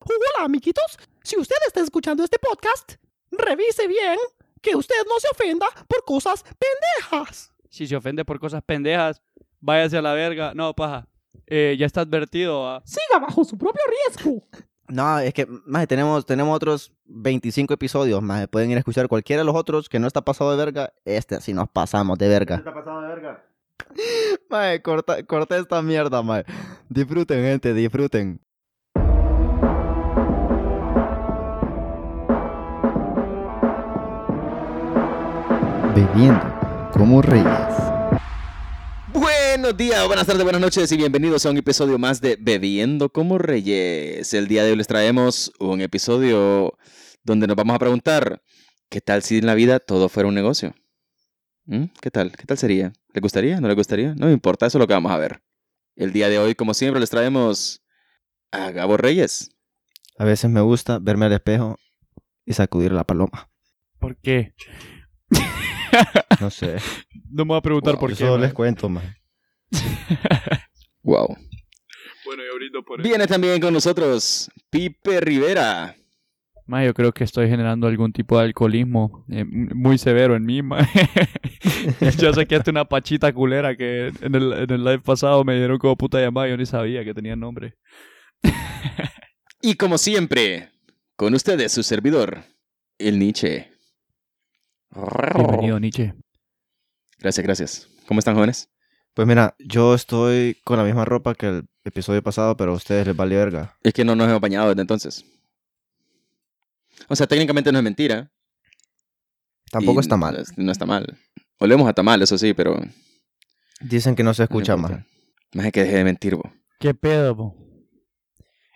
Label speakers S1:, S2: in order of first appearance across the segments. S1: Hola, amiguitos. Si usted está escuchando este podcast, revise bien que usted no se ofenda por cosas pendejas.
S2: Si se ofende por cosas pendejas, váyase a la verga. No, paja. Eh, ya está advertido. ¿va?
S1: Siga bajo su propio riesgo.
S3: No, es que, más tenemos, tenemos otros 25 episodios, más pueden ir a escuchar cualquiera de los otros que no está pasado de verga. Este sí nos pasamos de verga.
S4: Está pasado de verga.
S3: Mae, corta, corta esta mierda, mae. Disfruten, gente, disfruten. Bebiendo como reyes.
S5: Buenos días, buenas tardes, buenas noches y bienvenidos a un episodio más de Bebiendo como Reyes. El día de hoy les traemos un episodio donde nos vamos a preguntar, ¿qué tal si en la vida todo fuera un negocio? ¿Mm? ¿Qué tal? ¿Qué tal sería? ¿Le gustaría? ¿No le gustaría? No me importa, eso es lo que vamos a ver. El día de hoy, como siempre, les traemos a Gabo Reyes.
S3: A veces me gusta verme al espejo y sacudir la paloma.
S2: ¿Por qué?
S3: No sé.
S2: No me voy a preguntar
S5: Wow,
S2: por
S3: Yo
S2: qué.
S3: solo
S2: mae.
S3: les cuento, mae.
S5: Wow.
S2: Bueno, yo brindo por eso.
S5: Viene también con nosotros Pipe Rivera.
S2: Mae, yo creo que estoy generando algún tipo de alcoholismo eh, m- muy severo en mí, mae. yo saqué hasta una pachita culera que en el, en el live pasado me dieron como puta llamada. Yo ni sabía que tenía nombre.
S5: Y como siempre, con ustedes su servidor, el Nietzsche. Oh.
S2: Bienvenido, Nietzsche.
S5: Gracias, gracias. ¿Cómo están, jóvenes?
S3: Pues mira, yo estoy con la misma ropa que el episodio pasado, pero a ustedes les vale verga.
S5: Es que no nos hemos bañado desde entonces. O sea, técnicamente no es mentira.
S3: Tampoco
S5: Y
S3: está mal.
S5: No, no está mal. Olemos a tamal, eso sí, pero... no
S3: Dicen que no se escucha
S5: importa.
S3: mal.
S5: Más es que deje de mentir, bo.
S2: ¿Qué pedo, po?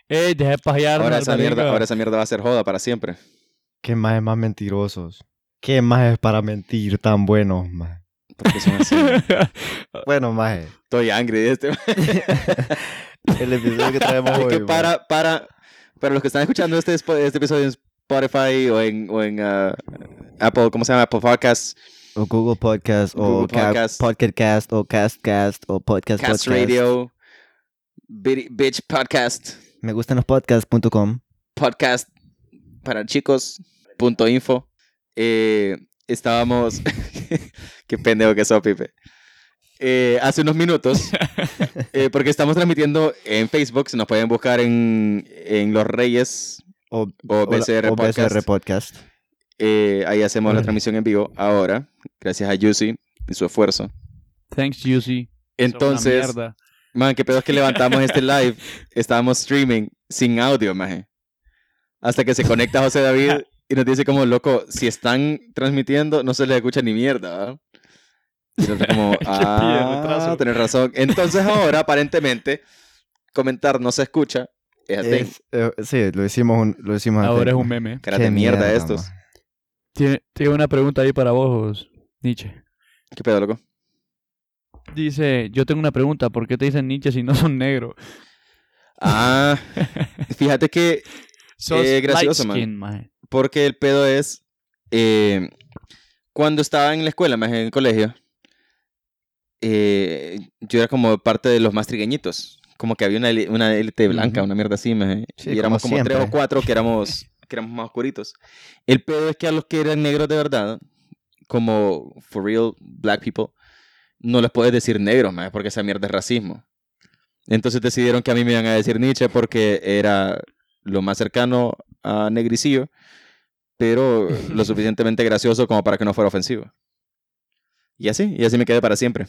S2: Ey, deja de pajear.
S5: Ahora esa, mierda, ahora esa mierda va a ser joda para siempre.
S3: ¿Qué más es más mentirosos? ¿Qué más es para mentir tan buenos, más?
S5: Porque son así. Ah.
S3: Bueno, más
S5: Estoy angry de este.
S3: el episodio que traemos
S5: Es
S3: hoy.
S5: que
S3: ma.
S5: para, para, para los que están escuchando este, espo- este episodio en Spotify o en, o en ah, Apple, ¿cómo se llama? Apple Podcasts,
S3: O Google Podcast, o
S5: Google
S3: Ca-
S5: Podcast.
S3: Pocket Cast, o Castcast, o Podcast
S5: Cast
S3: Podcast.
S5: Radio, Bidi- Bitch Podcast,
S3: Me gustan los podcasts.com.
S5: Podcast para chicos, punto info. Eh, estábamos... Qué pendejo que sos, Pipe. Eh, hace unos minutos, eh, porque estamos transmitiendo en Facebook, se nos pueden buscar en, en Los Reyes
S3: O,
S5: o
S3: o la-
S5: BCR
S3: o
S5: Podcast.
S3: BCR Podcast.
S5: Eh, ahí hacemos la
S2: Órale.
S5: transmisión en vivo ahora, gracias a Yusi y su esfuerzo.
S2: Thanks, Juicy.
S5: Entonces, man, qué pedo es que levantamos este live. Estábamos streaming sin audio, maje. Hasta que se conecta José David y nos dice como, loco, si están transmitiendo, no se les escucha ni mierda, ¿verdad?". Y nosotros como, ah,
S2: retraso".
S5: tenés razón. Entonces ahora, aparentemente, comentar no se escucha. Es a thing.
S3: Es- eh, sí, lo hicimos, un- lo hicimos
S2: Ahora es
S3: antes.
S2: un meme.
S5: Cara
S3: Qué
S5: de mierda,
S3: mierda,
S5: estos.
S3: ma.
S2: Tiene, tiene una pregunta ahí para vos, Nietzsche.
S5: Qué pedo, loco.
S2: Dice, yo tengo una pregunta, ¿por qué te dicen Nietzsche si no son negro?
S5: Ah, fíjate que
S2: Sos
S5: Eh, gracioso,
S2: light skin, mae.
S5: Porque el pedo es. eh, cuando estaba en la escuela, más en el colegio, eh, yo era como parte de los más trigueñitos. Como que había una, éli- una élite blanca,
S3: Ujú.
S5: una mierda así, maje,
S3: Sí,
S5: y éramos
S3: como
S5: como, tres
S3: siempre.
S5: o cuatro que éramos, que éramos más oscuritos. El pedo es que a los que eran negros de verdad, como for real black people, no les puedes decir negros, maje, porque esa mierda es racismo. Entonces decidieron que a mí me iban a decir Nietzsche porque era lo más cercano a negricillo, pero lo suficientemente gracioso como para que no fuera ofensivo. Y así, y así me quedé para siempre.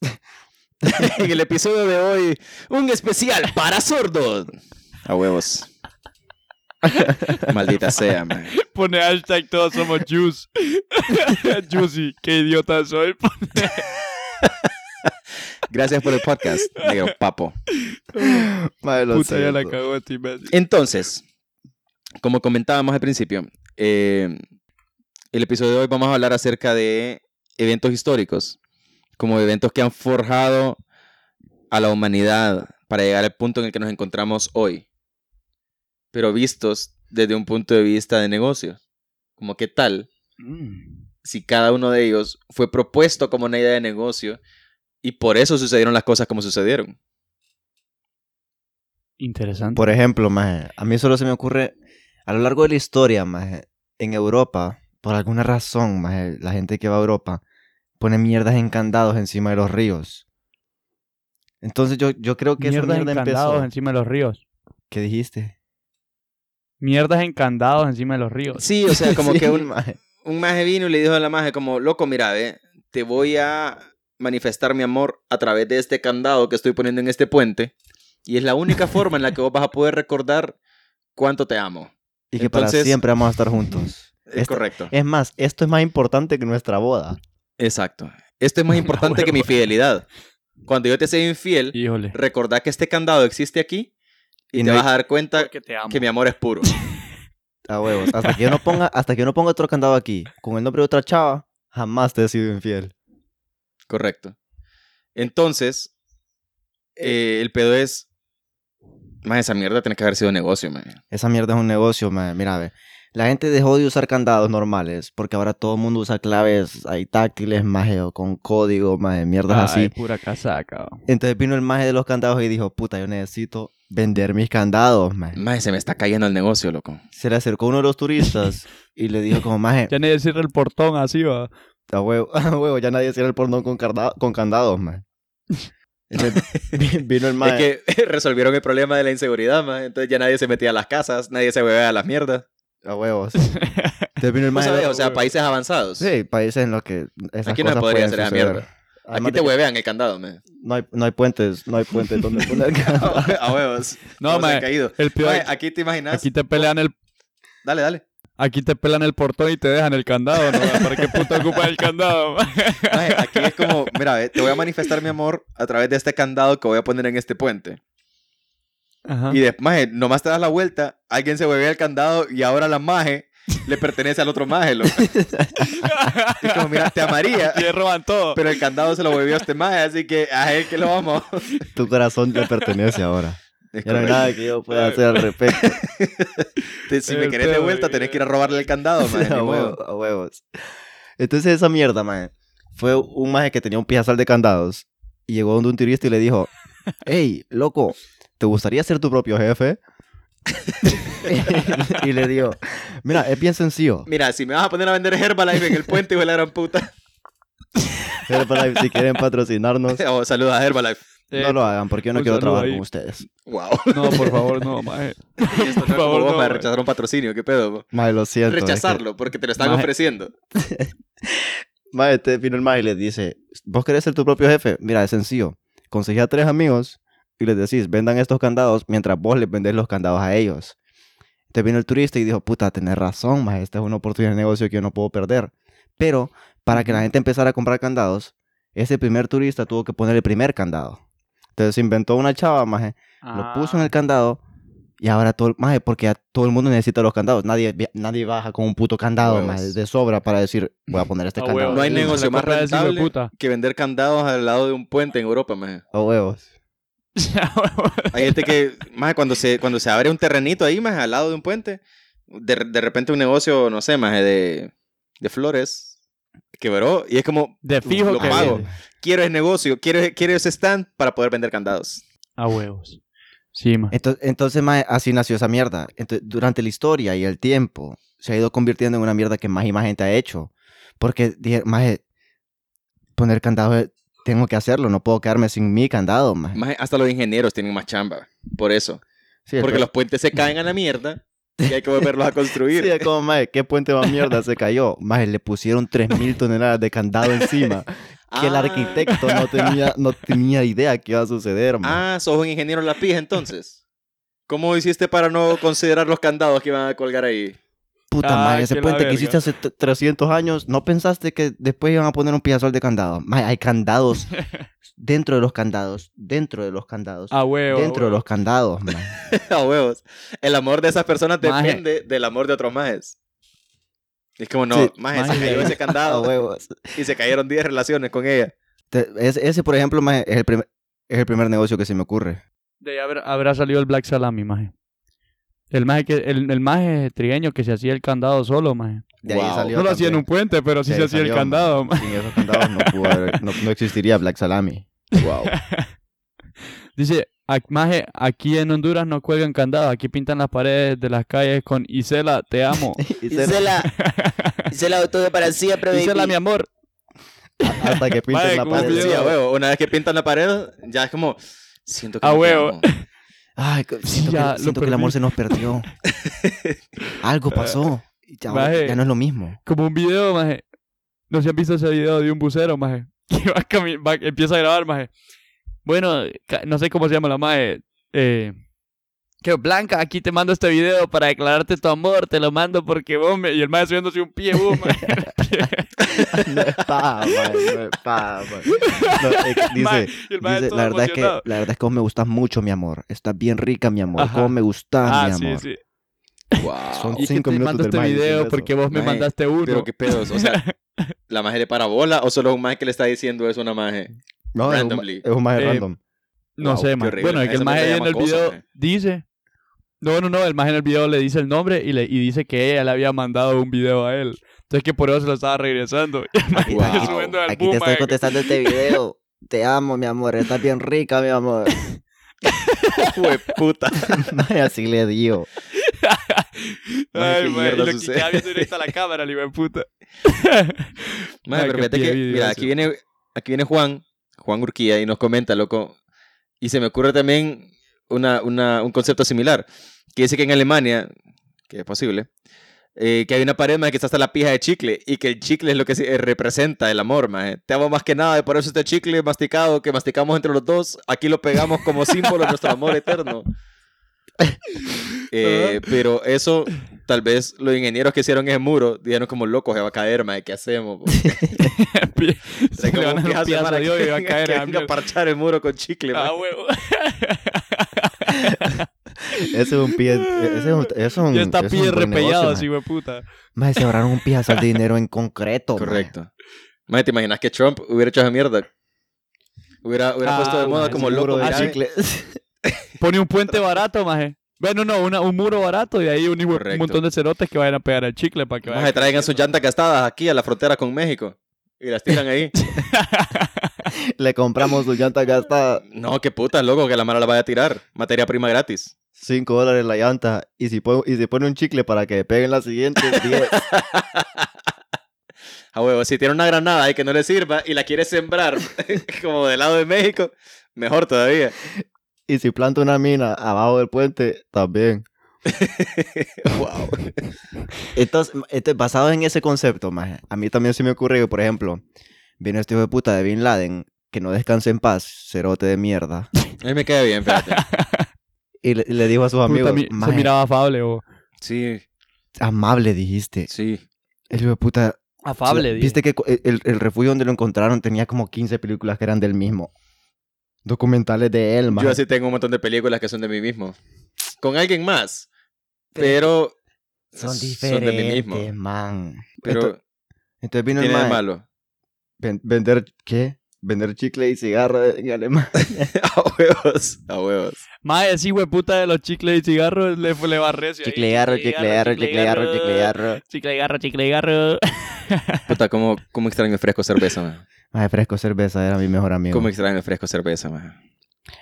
S5: en el episodio de hoy, un especial para sordos. A huevos. Maldita sea, man.
S2: Pone hashtag todos somos juice. Juicy, qué idiota soy.
S5: Gracias por el podcast, negro papo.
S3: Ma, lo
S2: Puta, ya la
S3: siento.
S2: cagó este imbécil.
S5: Entonces, como comentábamos al principio, eh, el episodio de hoy vamos a hablar acerca de eventos históricos, como eventos que han forjado a la humanidad para llegar al punto en el que nos encontramos hoy, pero vistos desde un punto de vista de negocio. Como qué tal
S2: Mm,
S5: si cada uno de ellos fue propuesto como una idea de negocio y por eso sucedieron las cosas como sucedieron.
S2: Interesante.
S3: Por ejemplo, maje, a mí solo se me ocurre, a lo largo de la historia, maje, en Europa, por alguna razón, maje, la gente que va a Europa pone mierdas en candados encima de los ríos. Entonces yo, yo creo que
S2: Mierdas
S3: esa mierda
S2: encandados
S3: empezó.
S2: encima de los ríos.
S3: ¿Qué dijiste?
S2: Mierdas encandados encima de los ríos.
S5: Sí, o sea, como
S3: Sí,
S5: que un,
S3: maje.
S5: un maje vino y le dijo a la maje como, loco, mira, ve, te voy a manifestar mi amor a través de este candado que estoy poniendo en este puente. Y es la única forma en la que vos vas a poder recordar cuánto te amo.
S3: Y que para
S5: Entonces-
S3: siempre vamos a estar juntos.
S5: Es
S3: Esta- eh,
S5: correcto.
S3: Es más, esto es más importante que nuestra boda.
S5: Exacto. Esto es más importante que mi
S2: huevo.
S5: fidelidad. Cuando yo te sea infiel,
S2: Híjole.
S5: recordá que este candado existe aquí y,
S3: Y
S5: te
S3: no hay-
S5: vas a dar cuenta
S2: Porque te amo.
S5: que mi amor es puro.
S3: A huevos. Hasta que yo no ponga, hasta que yo no ponga otro candado aquí, con el nombre de otra chava, jamás te he sido infiel.
S5: Correcto. Entonces, eh, el pedo es. Más esa mierda tiene que haber sido negocio, man.
S3: Esa mierda es un negocio, mae. Mira, ve. La gente dejó de usar candados normales porque ahora todo el mundo usa claves ahí táctiles, maje, o con código, maje, mierdas
S2: Ay,
S3: así.
S2: pura casaca. va.
S3: Entonces vino el maje de los candados y dijo, puta, yo necesito vender mis candados, maje.
S5: Más se me está cayendo el negocio, loco.
S3: Se le acercó uno de los turistas y le dijo como, maje,
S2: Ya ni decir el portón así, va.
S3: a huevo, a huevo, ya nadie cierra el porno con, carda- con candados, maje. Entonces, vi- vino el maje.
S5: Es que resolvieron el problema de la inseguridad, man. Entonces ya nadie se metía a las casas, nadie se bebía a las mierdas.
S3: A huevos. Entonces vino el
S5: ¿Vos
S3: maje.
S5: sabés? O sea, países avanzados.
S3: Sí, países en los que esas
S5: Aquí no se
S3: cosas pueden
S5: podría hacer esa
S3: suceder.
S5: mierda. Aquí
S3: Además de
S5: te
S3: que
S5: huevean el candado, man.
S3: No hay, no hay puentes, no hay puentes donde poner candado.
S5: a huevos.
S2: No,
S5: ¿Cómo se han
S2: mae,
S5: caído?
S2: El peor.
S5: Mae, aquí te imaginas.
S2: Aquí te pelean el
S5: Dale, dale.
S2: Aquí te pelan el portón y te dejan el candado, ¿no? ¿Para qué puta ocupas el candado?
S5: Mae, aquí es como, mira, ve, te voy a manifestar mi amor a través de este candado que voy a poner en este puente.
S2: Ajá.
S5: Y después, maje, nomás te das la vuelta, alguien se bebe el candado y ahora la maje le pertenece al otro maje, loco. Y como, mira, te amaría,
S2: Y le roban todo.
S5: pero el candado se lo bebió a este maje, así que a él que lo vamos.
S3: Tu corazón te pertenece ahora.
S5: Es
S3: Ya no hay
S5: correcto.
S3: nada que yo pueda hacer al respecto.
S5: Te- si me
S2: El
S5: querés de
S2: pedo,
S5: vuelta,
S2: güey.
S5: tenés que ir a robarle el candado, maje, ni
S3: a,
S5: modo.
S3: huevo- a huevos. Entonces esa mierda, man. Fue un maje que tenía un pijazal de candados. Y llegó donde un turista y le dijo, hey, loco, ¿te gustaría ser tu propio jefe? y le dijo, mira, es bien sencillo.
S5: Mira, si me vas a poner a vender Herbalife en el puente, hijo de la gran puta.
S3: Herbalife, si quieren patrocinarnos,
S5: Oh, saludos a Herbalife.
S2: Eh,
S3: no lo hagan porque yo no
S2: un
S3: quiero
S2: saludo
S3: trabajar
S2: ahí.
S3: con ustedes.
S5: Wow.
S2: No, por favor, no, maje.
S5: Esto no es
S2: Por
S5: como
S2: favor,
S5: vos,
S2: no,
S5: maje,
S2: güey.
S5: rechazar un patrocinio, qué pedo. bo.
S3: Mae, lo siento. es que-
S5: Rechazarlo, porque te lo están
S2: Maje.
S5: ofreciendo.
S3: Mae, este vino el mae y les dice, ¿vos querés ser tu propio jefe? Mira, es sencillo. Conseguí a tres amigos y les decís, vendan estos candados mientras vos les vendés los candados a ellos. Te vino el turista y dijo, puta, tenés razón, mae, esta es una oportunidad de negocio que yo no puedo perder. Pero para que la gente empezara a comprar candados, ese primer turista tuvo que poner el primer candado. Entonces inventó una chava, mae,
S5: Ah.
S3: lo puso en el candado y ahora todo, el- mae, porque ya todo el mundo necesita los candados. Nadie, vi- nadie baja con un puto candado,
S5: Huevos.
S3: mae, de sobra para decir, voy a poner este
S2: Ah,
S3: candado.
S2: huevo.
S5: No hay
S2: Sí,
S5: negocio
S2: se la
S5: más
S2: compra ese hijo de
S5: rentable.
S2: puta.
S5: Que vender candados al lado de un puente en Europa, maje.
S3: A huevos.
S5: Hay gente que, más cuando se, cuando se abre un terrenito ahí, más al lado de un puente, de, de repente un negocio, no sé, más de, de flores, quebró y es como,
S2: De fijo
S5: Lo
S2: que
S5: pago.
S2: viene.
S5: quiero ese negocio, quiero, quiero ese stand para poder vender candados.
S2: A huevos. Sí, maje.
S3: Entonces, entonces mae, así nació esa mierda. Entonces, durante la historia y el tiempo, se ha ido convirtiendo en una mierda que más y más gente ha hecho. Porque dije, maje, poner candado, es- tengo que hacerlo, no puedo quedarme sin mi candado, maje.
S5: Maje, hasta los ingenieros tienen más chamba, por eso.
S3: Sí,
S5: porque
S3: entonces-
S5: los puentes se caen a la mierda y hay que volverlos a construir.
S3: Sí, es como, maje, ¿qué puente más mierda se cayó? Maje, le pusieron 3.000 toneladas de candado encima. Que el
S5: Ah.
S3: arquitecto no tenía, no tenía idea que iba a suceder, maje.
S5: Ah, sos un ingeniero en la pija entonces. ¿Cómo hiciste para no considerar los candados que iban a colgar ahí?
S3: Puta
S2: Ah,
S3: madre, ese
S2: que la
S3: puente que
S2: verga.
S3: hiciste hace t- 300 años, ¿no pensaste que después iban a poner un pijazol de candado? Mae, hay candados dentro de los candados, dentro de los candados,
S2: A huevos.
S3: dentro de los candados, mae.
S5: A huevos. El amor de esas personas
S2: Maje.
S5: depende del amor de otros majes. Es como, no,
S3: Sí,
S5: maje,
S2: maje.
S5: se cayó ese
S2: Ah,
S3: A
S5: candado
S3: huevos.
S5: y se cayeron 10 relaciones con ella.
S3: Te- Ese, ese, por ejemplo, mae, es el, primer, es el primer negocio que se me ocurre.
S2: De ahí habrá, habrá salido el Black Salami, maje. El maje, que, el, el maje trigueño que se hacía el candado solo, maje.
S3: De ahí
S5: Wow.
S3: salió
S2: No lo hacía en un
S3: también.
S2: puente, pero sí
S3: De
S2: se
S3: ahí
S2: hacía el
S3: salió, mae.
S2: candado, maje.
S3: Sin esos candados no, pudo haber- no- no existiría Black Salami. Wow.
S2: Dice, Ac- maje, Aquí en Honduras no cuelgan candados, aquí pintan las paredes de las calles con Isela, te amo.
S3: Y se-
S4: Isela, Isela, todo para siempre, baby.
S2: Isela, mi amor.
S3: hasta que pinten
S2: Mae,
S3: la
S2: como
S3: pared.
S5: Ah, Sí,
S2: video.
S5: a huevo. Una vez que pintan la pared, ya es como. Siento que.
S2: A
S5: no te
S2: huevo.
S5: amo.
S3: Ay, co- siento,
S2: ya,
S3: que,
S2: lo
S3: siento que el amor
S2: perdí.
S3: se nos perdió. Algo pasó. Y Ya,
S2: Maje.
S3: ya no es lo mismo.
S2: Como un video, maje. No se han visto ese video de un bucero, maje. Que va cami- va- empieza a grabar, maje. Bueno, ca- no sé cómo se llama la maje. Eh, que Blanca, aquí te mando este video para declararte tu amor. Te lo mando porque vos me... Y el maje subiéndose un pie, vos, maje.
S3: No está, maje, no está, maje. No, eh,
S2: Maje,
S3: dice,
S2: y el maje
S3: dice,
S2: todo
S3: la verdad es que
S2: emocionado.
S3: la verdad es que vos me gustas mucho, mi amor. Estás bien rica, mi amor.
S2: Ajá.
S3: Cómo me gustas,
S2: Ah,
S3: mi
S2: sí,
S3: amor.
S2: sí.
S5: Wow.
S3: Son-
S2: Y que
S3: cinco
S2: te
S3: minutos
S2: mando
S3: del
S2: este
S3: maje diciendo
S2: video
S3: eso.
S2: porque vos me
S5: Maje,
S2: mandaste uno.
S5: Pero qué pedos. O sea, ¿la maje le para bola o solo un maje que le está diciendo eso a una maje?
S3: No, es un ma-
S5: Randomly.
S3: es un maje
S2: Eh,
S3: random.
S2: No
S5: Wow,
S2: sé,
S5: qué
S2: man.
S5: horrible.
S2: Bueno, es que
S5: Esa
S2: el maje
S5: mierda
S2: ahí en
S5: llama
S2: el
S5: acoso,
S2: video
S5: maje.
S2: dice. No, no, no. El maje en el video le dice el nombre y, le, y dice que ella le había mandado un video a él. Entonces que por eso se lo estaba regresando. Y el maje
S5: Wow.
S2: está subiendo al
S4: Aquí te
S2: boom,
S4: estoy
S2: maje.
S4: contestando este video. Te amo, mi amor. Estás bien rica, mi amor.
S5: Fue puta.
S3: Maje, Así le dio.
S5: Maje,
S2: Ay, maje.
S5: qué
S2: Y
S5: mierda
S2: lo
S5: sucede.
S2: quitaba viendo directo a la cámara, el hijo de puta.
S5: Maje,
S2: Ay,
S5: pero
S2: qué
S5: fíjate que.
S2: pie,
S5: Mira,
S2: Dios.
S5: aquí viene, aquí viene Juan, Juan Urquía, y nos comenta, loco. Y se me ocurre también una, una- un concepto similar. Que dice que en Alemania, que es posible, eh, que hay una pared, maje, que está hasta la pija de chicle. Y que el chicle es lo que se- eh, representa el amor, maje. Te amo más que nada, y por eso este chicle masticado que masticamos entre los dos, aquí lo pegamos como símbolo de nuestro amor eterno. Eh, pero eso, tal vez los ingenieros que hicieron ese muro dijeron como locos, se va a caer, mae, ¿qué hacemos? po?"
S2: Se le van a dar un
S5: hacer
S2: piazo
S5: para
S2: a Dios y va a caer
S5: que
S2: a
S5: venga a parchar el muro con chicle, mae.
S2: Ah, huevo.
S3: Ese es un pie. Ese es un. Ese es un
S2: Ya está
S3: ese es un
S2: pie
S3: buen negocio,
S2: repellado,
S3: maje.
S2: así, hijo de puta.
S3: Maje, se ahorraron un piazo de dinero en concreto. maje.
S5: Correcto. Mae, ¿te imaginas que Trump hubiera hecho esa mierda? Hubiera, hubiera
S2: Ah,
S5: puesto de moda
S2: mae,
S5: como
S3: Un muro
S5: loco. "Ah,
S3: de
S5: mira,
S3: chicle.
S2: Pone un puente barato, maje. Bueno, no, una- un muro barato y ahí un, hijo de- un
S5: Correcto.
S2: montón de cerotes que vayan a pegar al chicle para que
S5: mae,
S2: vayan.
S5: traigan sus llantas gastadas aquí a la frontera con México. Y las tiran ahí.
S3: Le compramos su llanta gasta
S5: no, qué puta, loco, que la mala la vaya a tirar. Materia prima gratis.
S3: 5 dólares la llanta. Y si, pone, y si pone un chicle para que peguen la siguiente, 10.
S5: A huevo, si tiene una granada y que no le sirva y la quiere sembrar como del lado de México, mejor todavía.
S3: y si planta una mina abajo del puente, también.
S5: wow.
S3: Entonces, este, basado en ese concepto, maje, a mí también se me ocurre que, por ejemplo, viene este hijo de puta de Bin Laden, que no descanse en paz, cerote de mierda.
S5: A mí me queda bien, fíjate.
S3: Y le, y le dijo a sus amigos,
S2: Puta, mi- se
S3: "Maje,
S2: miraba afable o
S5: Sí,
S3: amable dijiste.
S5: sí.
S3: El hijo de puta.
S2: afable. dije.
S3: Viste que cu- el, el refugio donde lo encontraron tenía como 15 películas que eran del mismo. Documentales de él, maje.
S5: Yo así tengo un montón de películas que son de mí mismo. Con alguien más. Pero.
S3: Son
S5: de
S3: diferentes,
S5: mí mismo.
S3: man.
S5: Pero
S3: Esto- entonces vino el
S5: tiene de
S3: mae,
S5: malo.
S3: ven- vender, ¿qué? Vender chicle y cigarro en alemán.
S5: A huevos. A huevos.
S2: Mae, ese hijo de puta de los chicles y cigarros le, le va recio. ahí.
S4: Chicle garro, chicle garro, chicle garro, chicle garro.
S2: Chicle garro, chicle garro.
S5: Puta, ¿cómo, cómo extraño el fresco cerveza, man?
S3: Mae, fresco cerveza, era mi mejor amigo.
S5: ¿Cómo extraño el fresco cerveza, man?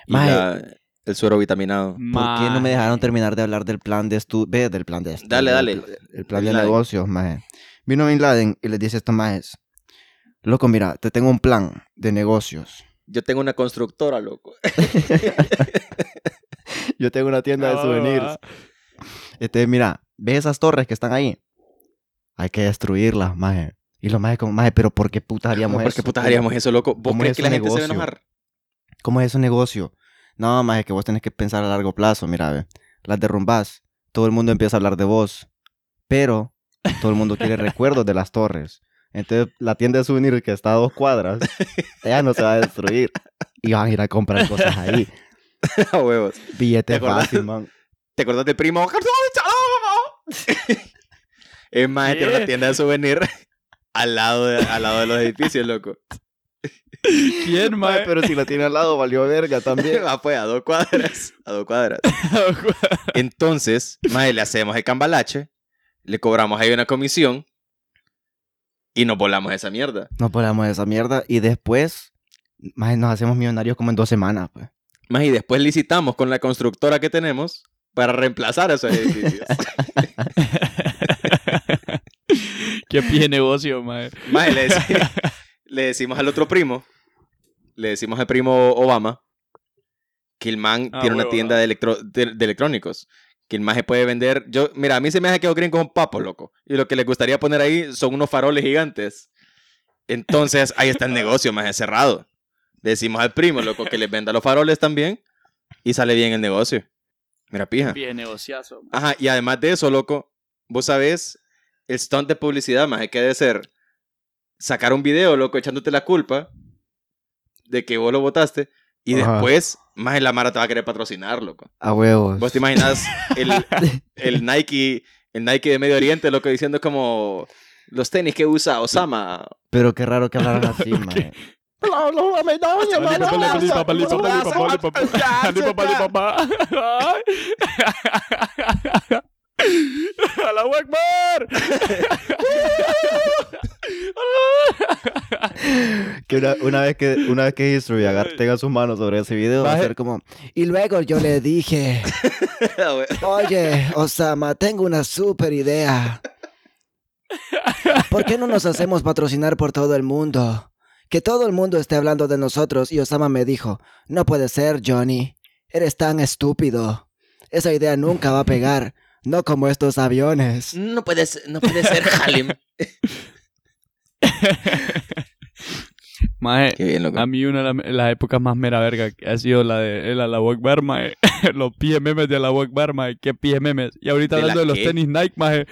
S5: Y
S3: Mae.
S5: la- el suero vitaminado.
S2: Mm,
S3: ¿Por qué no me dejaron terminar de hablar del plan de estudio? Ve, del plan de estudio.
S5: Dale, dale.
S3: El plan
S5: Bin
S3: de
S5: Laden.
S3: negocios, maje. Vino Bin Laden y les dice a estos majes, loco, mira, te tengo un plan de negocios.
S5: Yo tengo una constructora, loco.
S3: Yo tengo una tienda de
S2: Ah,
S3: souvenirs.
S2: ah,
S3: Este, mira, ve esas torres que están ahí. Hay que destruirlas, maje. Y los majes como, maje, pero ¿por qué putas haríamos
S5: ¿Por
S3: eso?
S5: qué putas haríamos eso, loco? ¿Vos
S3: ¿Cómo
S5: crees
S3: es
S5: que la
S3: un
S5: gente se va a
S3: negocio?
S5: enojar?
S3: ¿Cómo es un negocio? No, más es que vos tenés que pensar a largo plazo, mira, ve. Las derrumbás, todo el mundo empieza a hablar de vos, pero todo el mundo quiere recuerdos de las torres. Entonces, la tienda de souvenirs que está a dos cuadras, ya no se va a destruir. Y van a ir a comprar cosas ahí.
S5: A huevos.
S3: Billetes
S5: ¿Te acordás?
S3: fácil, man.
S5: ¿Te acordás del primo? es más, tiene una
S2: Yeah.
S5: tienda de souvenir al lado de, al lado de los edificios, loco.
S2: ¿Quién,
S3: Mae,
S2: mae?
S3: pero si la tiene al lado, valió verga también.
S5: Va pues a dos cuadras. A dos cuadras. Entonces, mae, le hacemos el cambalache, le cobramos ahí una comisión y nos volamos esa mierda.
S3: Nos ponemos esa mierda y después, más nos hacemos millonarios como en dos semanas, pues.
S5: Más y después licitamos con la constructora que tenemos para reemplazar esos edificios.
S2: Qué pije negocio, mae.
S5: Mae, le, deci- le decimos al otro primo, le decimos al primo Obama, que el man
S2: Ah,
S5: tiene una
S2: huevo,
S5: tienda
S2: ah.
S5: de, electro- de- de electrónicos. Que el man se puede vender. Yo, mira, a mí se me hace que gringo es un papo, loco. Y lo que le gustaría poner ahí son unos faroles gigantes. Entonces, ahí está el negocio, más cerrado. Le decimos al primo, loco, que le venda los faroles también. Y sale bien el negocio. Mira, pija.
S2: Pije negociazo. mae.
S5: Ajá, y además de eso, loco, vos sabés el stunt de publicidad, más que debe ser sacar un video, loco, echándote la culpa de que vos lo votaste y
S3: Ajá.
S5: después, más en la Mara te va a querer patrocinar, loco.
S3: A huevos.
S5: Vos te imaginas el, el Nike, el Nike de Medio Oriente, loco, diciendo como los tenis que usa Osama.
S3: Pero qué raro que hablaran así, mae.
S1: Bla, bla, bla, me da una mala raza, bla, bla, bla,
S2: ¡Alá Akbar!
S3: Que una, una vez que una vez que History agar- tenga sus manos sobre ese video, va a
S4: Baje-
S3: ser como
S4: Y luego yo le dije, oye, Osama, tengo una super idea. ¿Por qué no nos hacemos patrocinar por todo el mundo? Que todo el mundo esté hablando de nosotros y Osama me dijo, no puede ser, Johnny, eres tan estúpido. Esa idea nunca va a pegar, no como estos aviones.
S5: No puede ser, no puede ser Halim.
S2: Mae,
S5: Qué bien, loco.
S2: a mí una de la- las épocas más mera verga que ha sido la de el Alawak Bar, mae. Los pije memes de Alawak Bar, mae. ¿Qué pije memes? Y ahorita
S5: ¿De la
S2: hablando de los
S5: qué?
S2: tenis Nike, mae.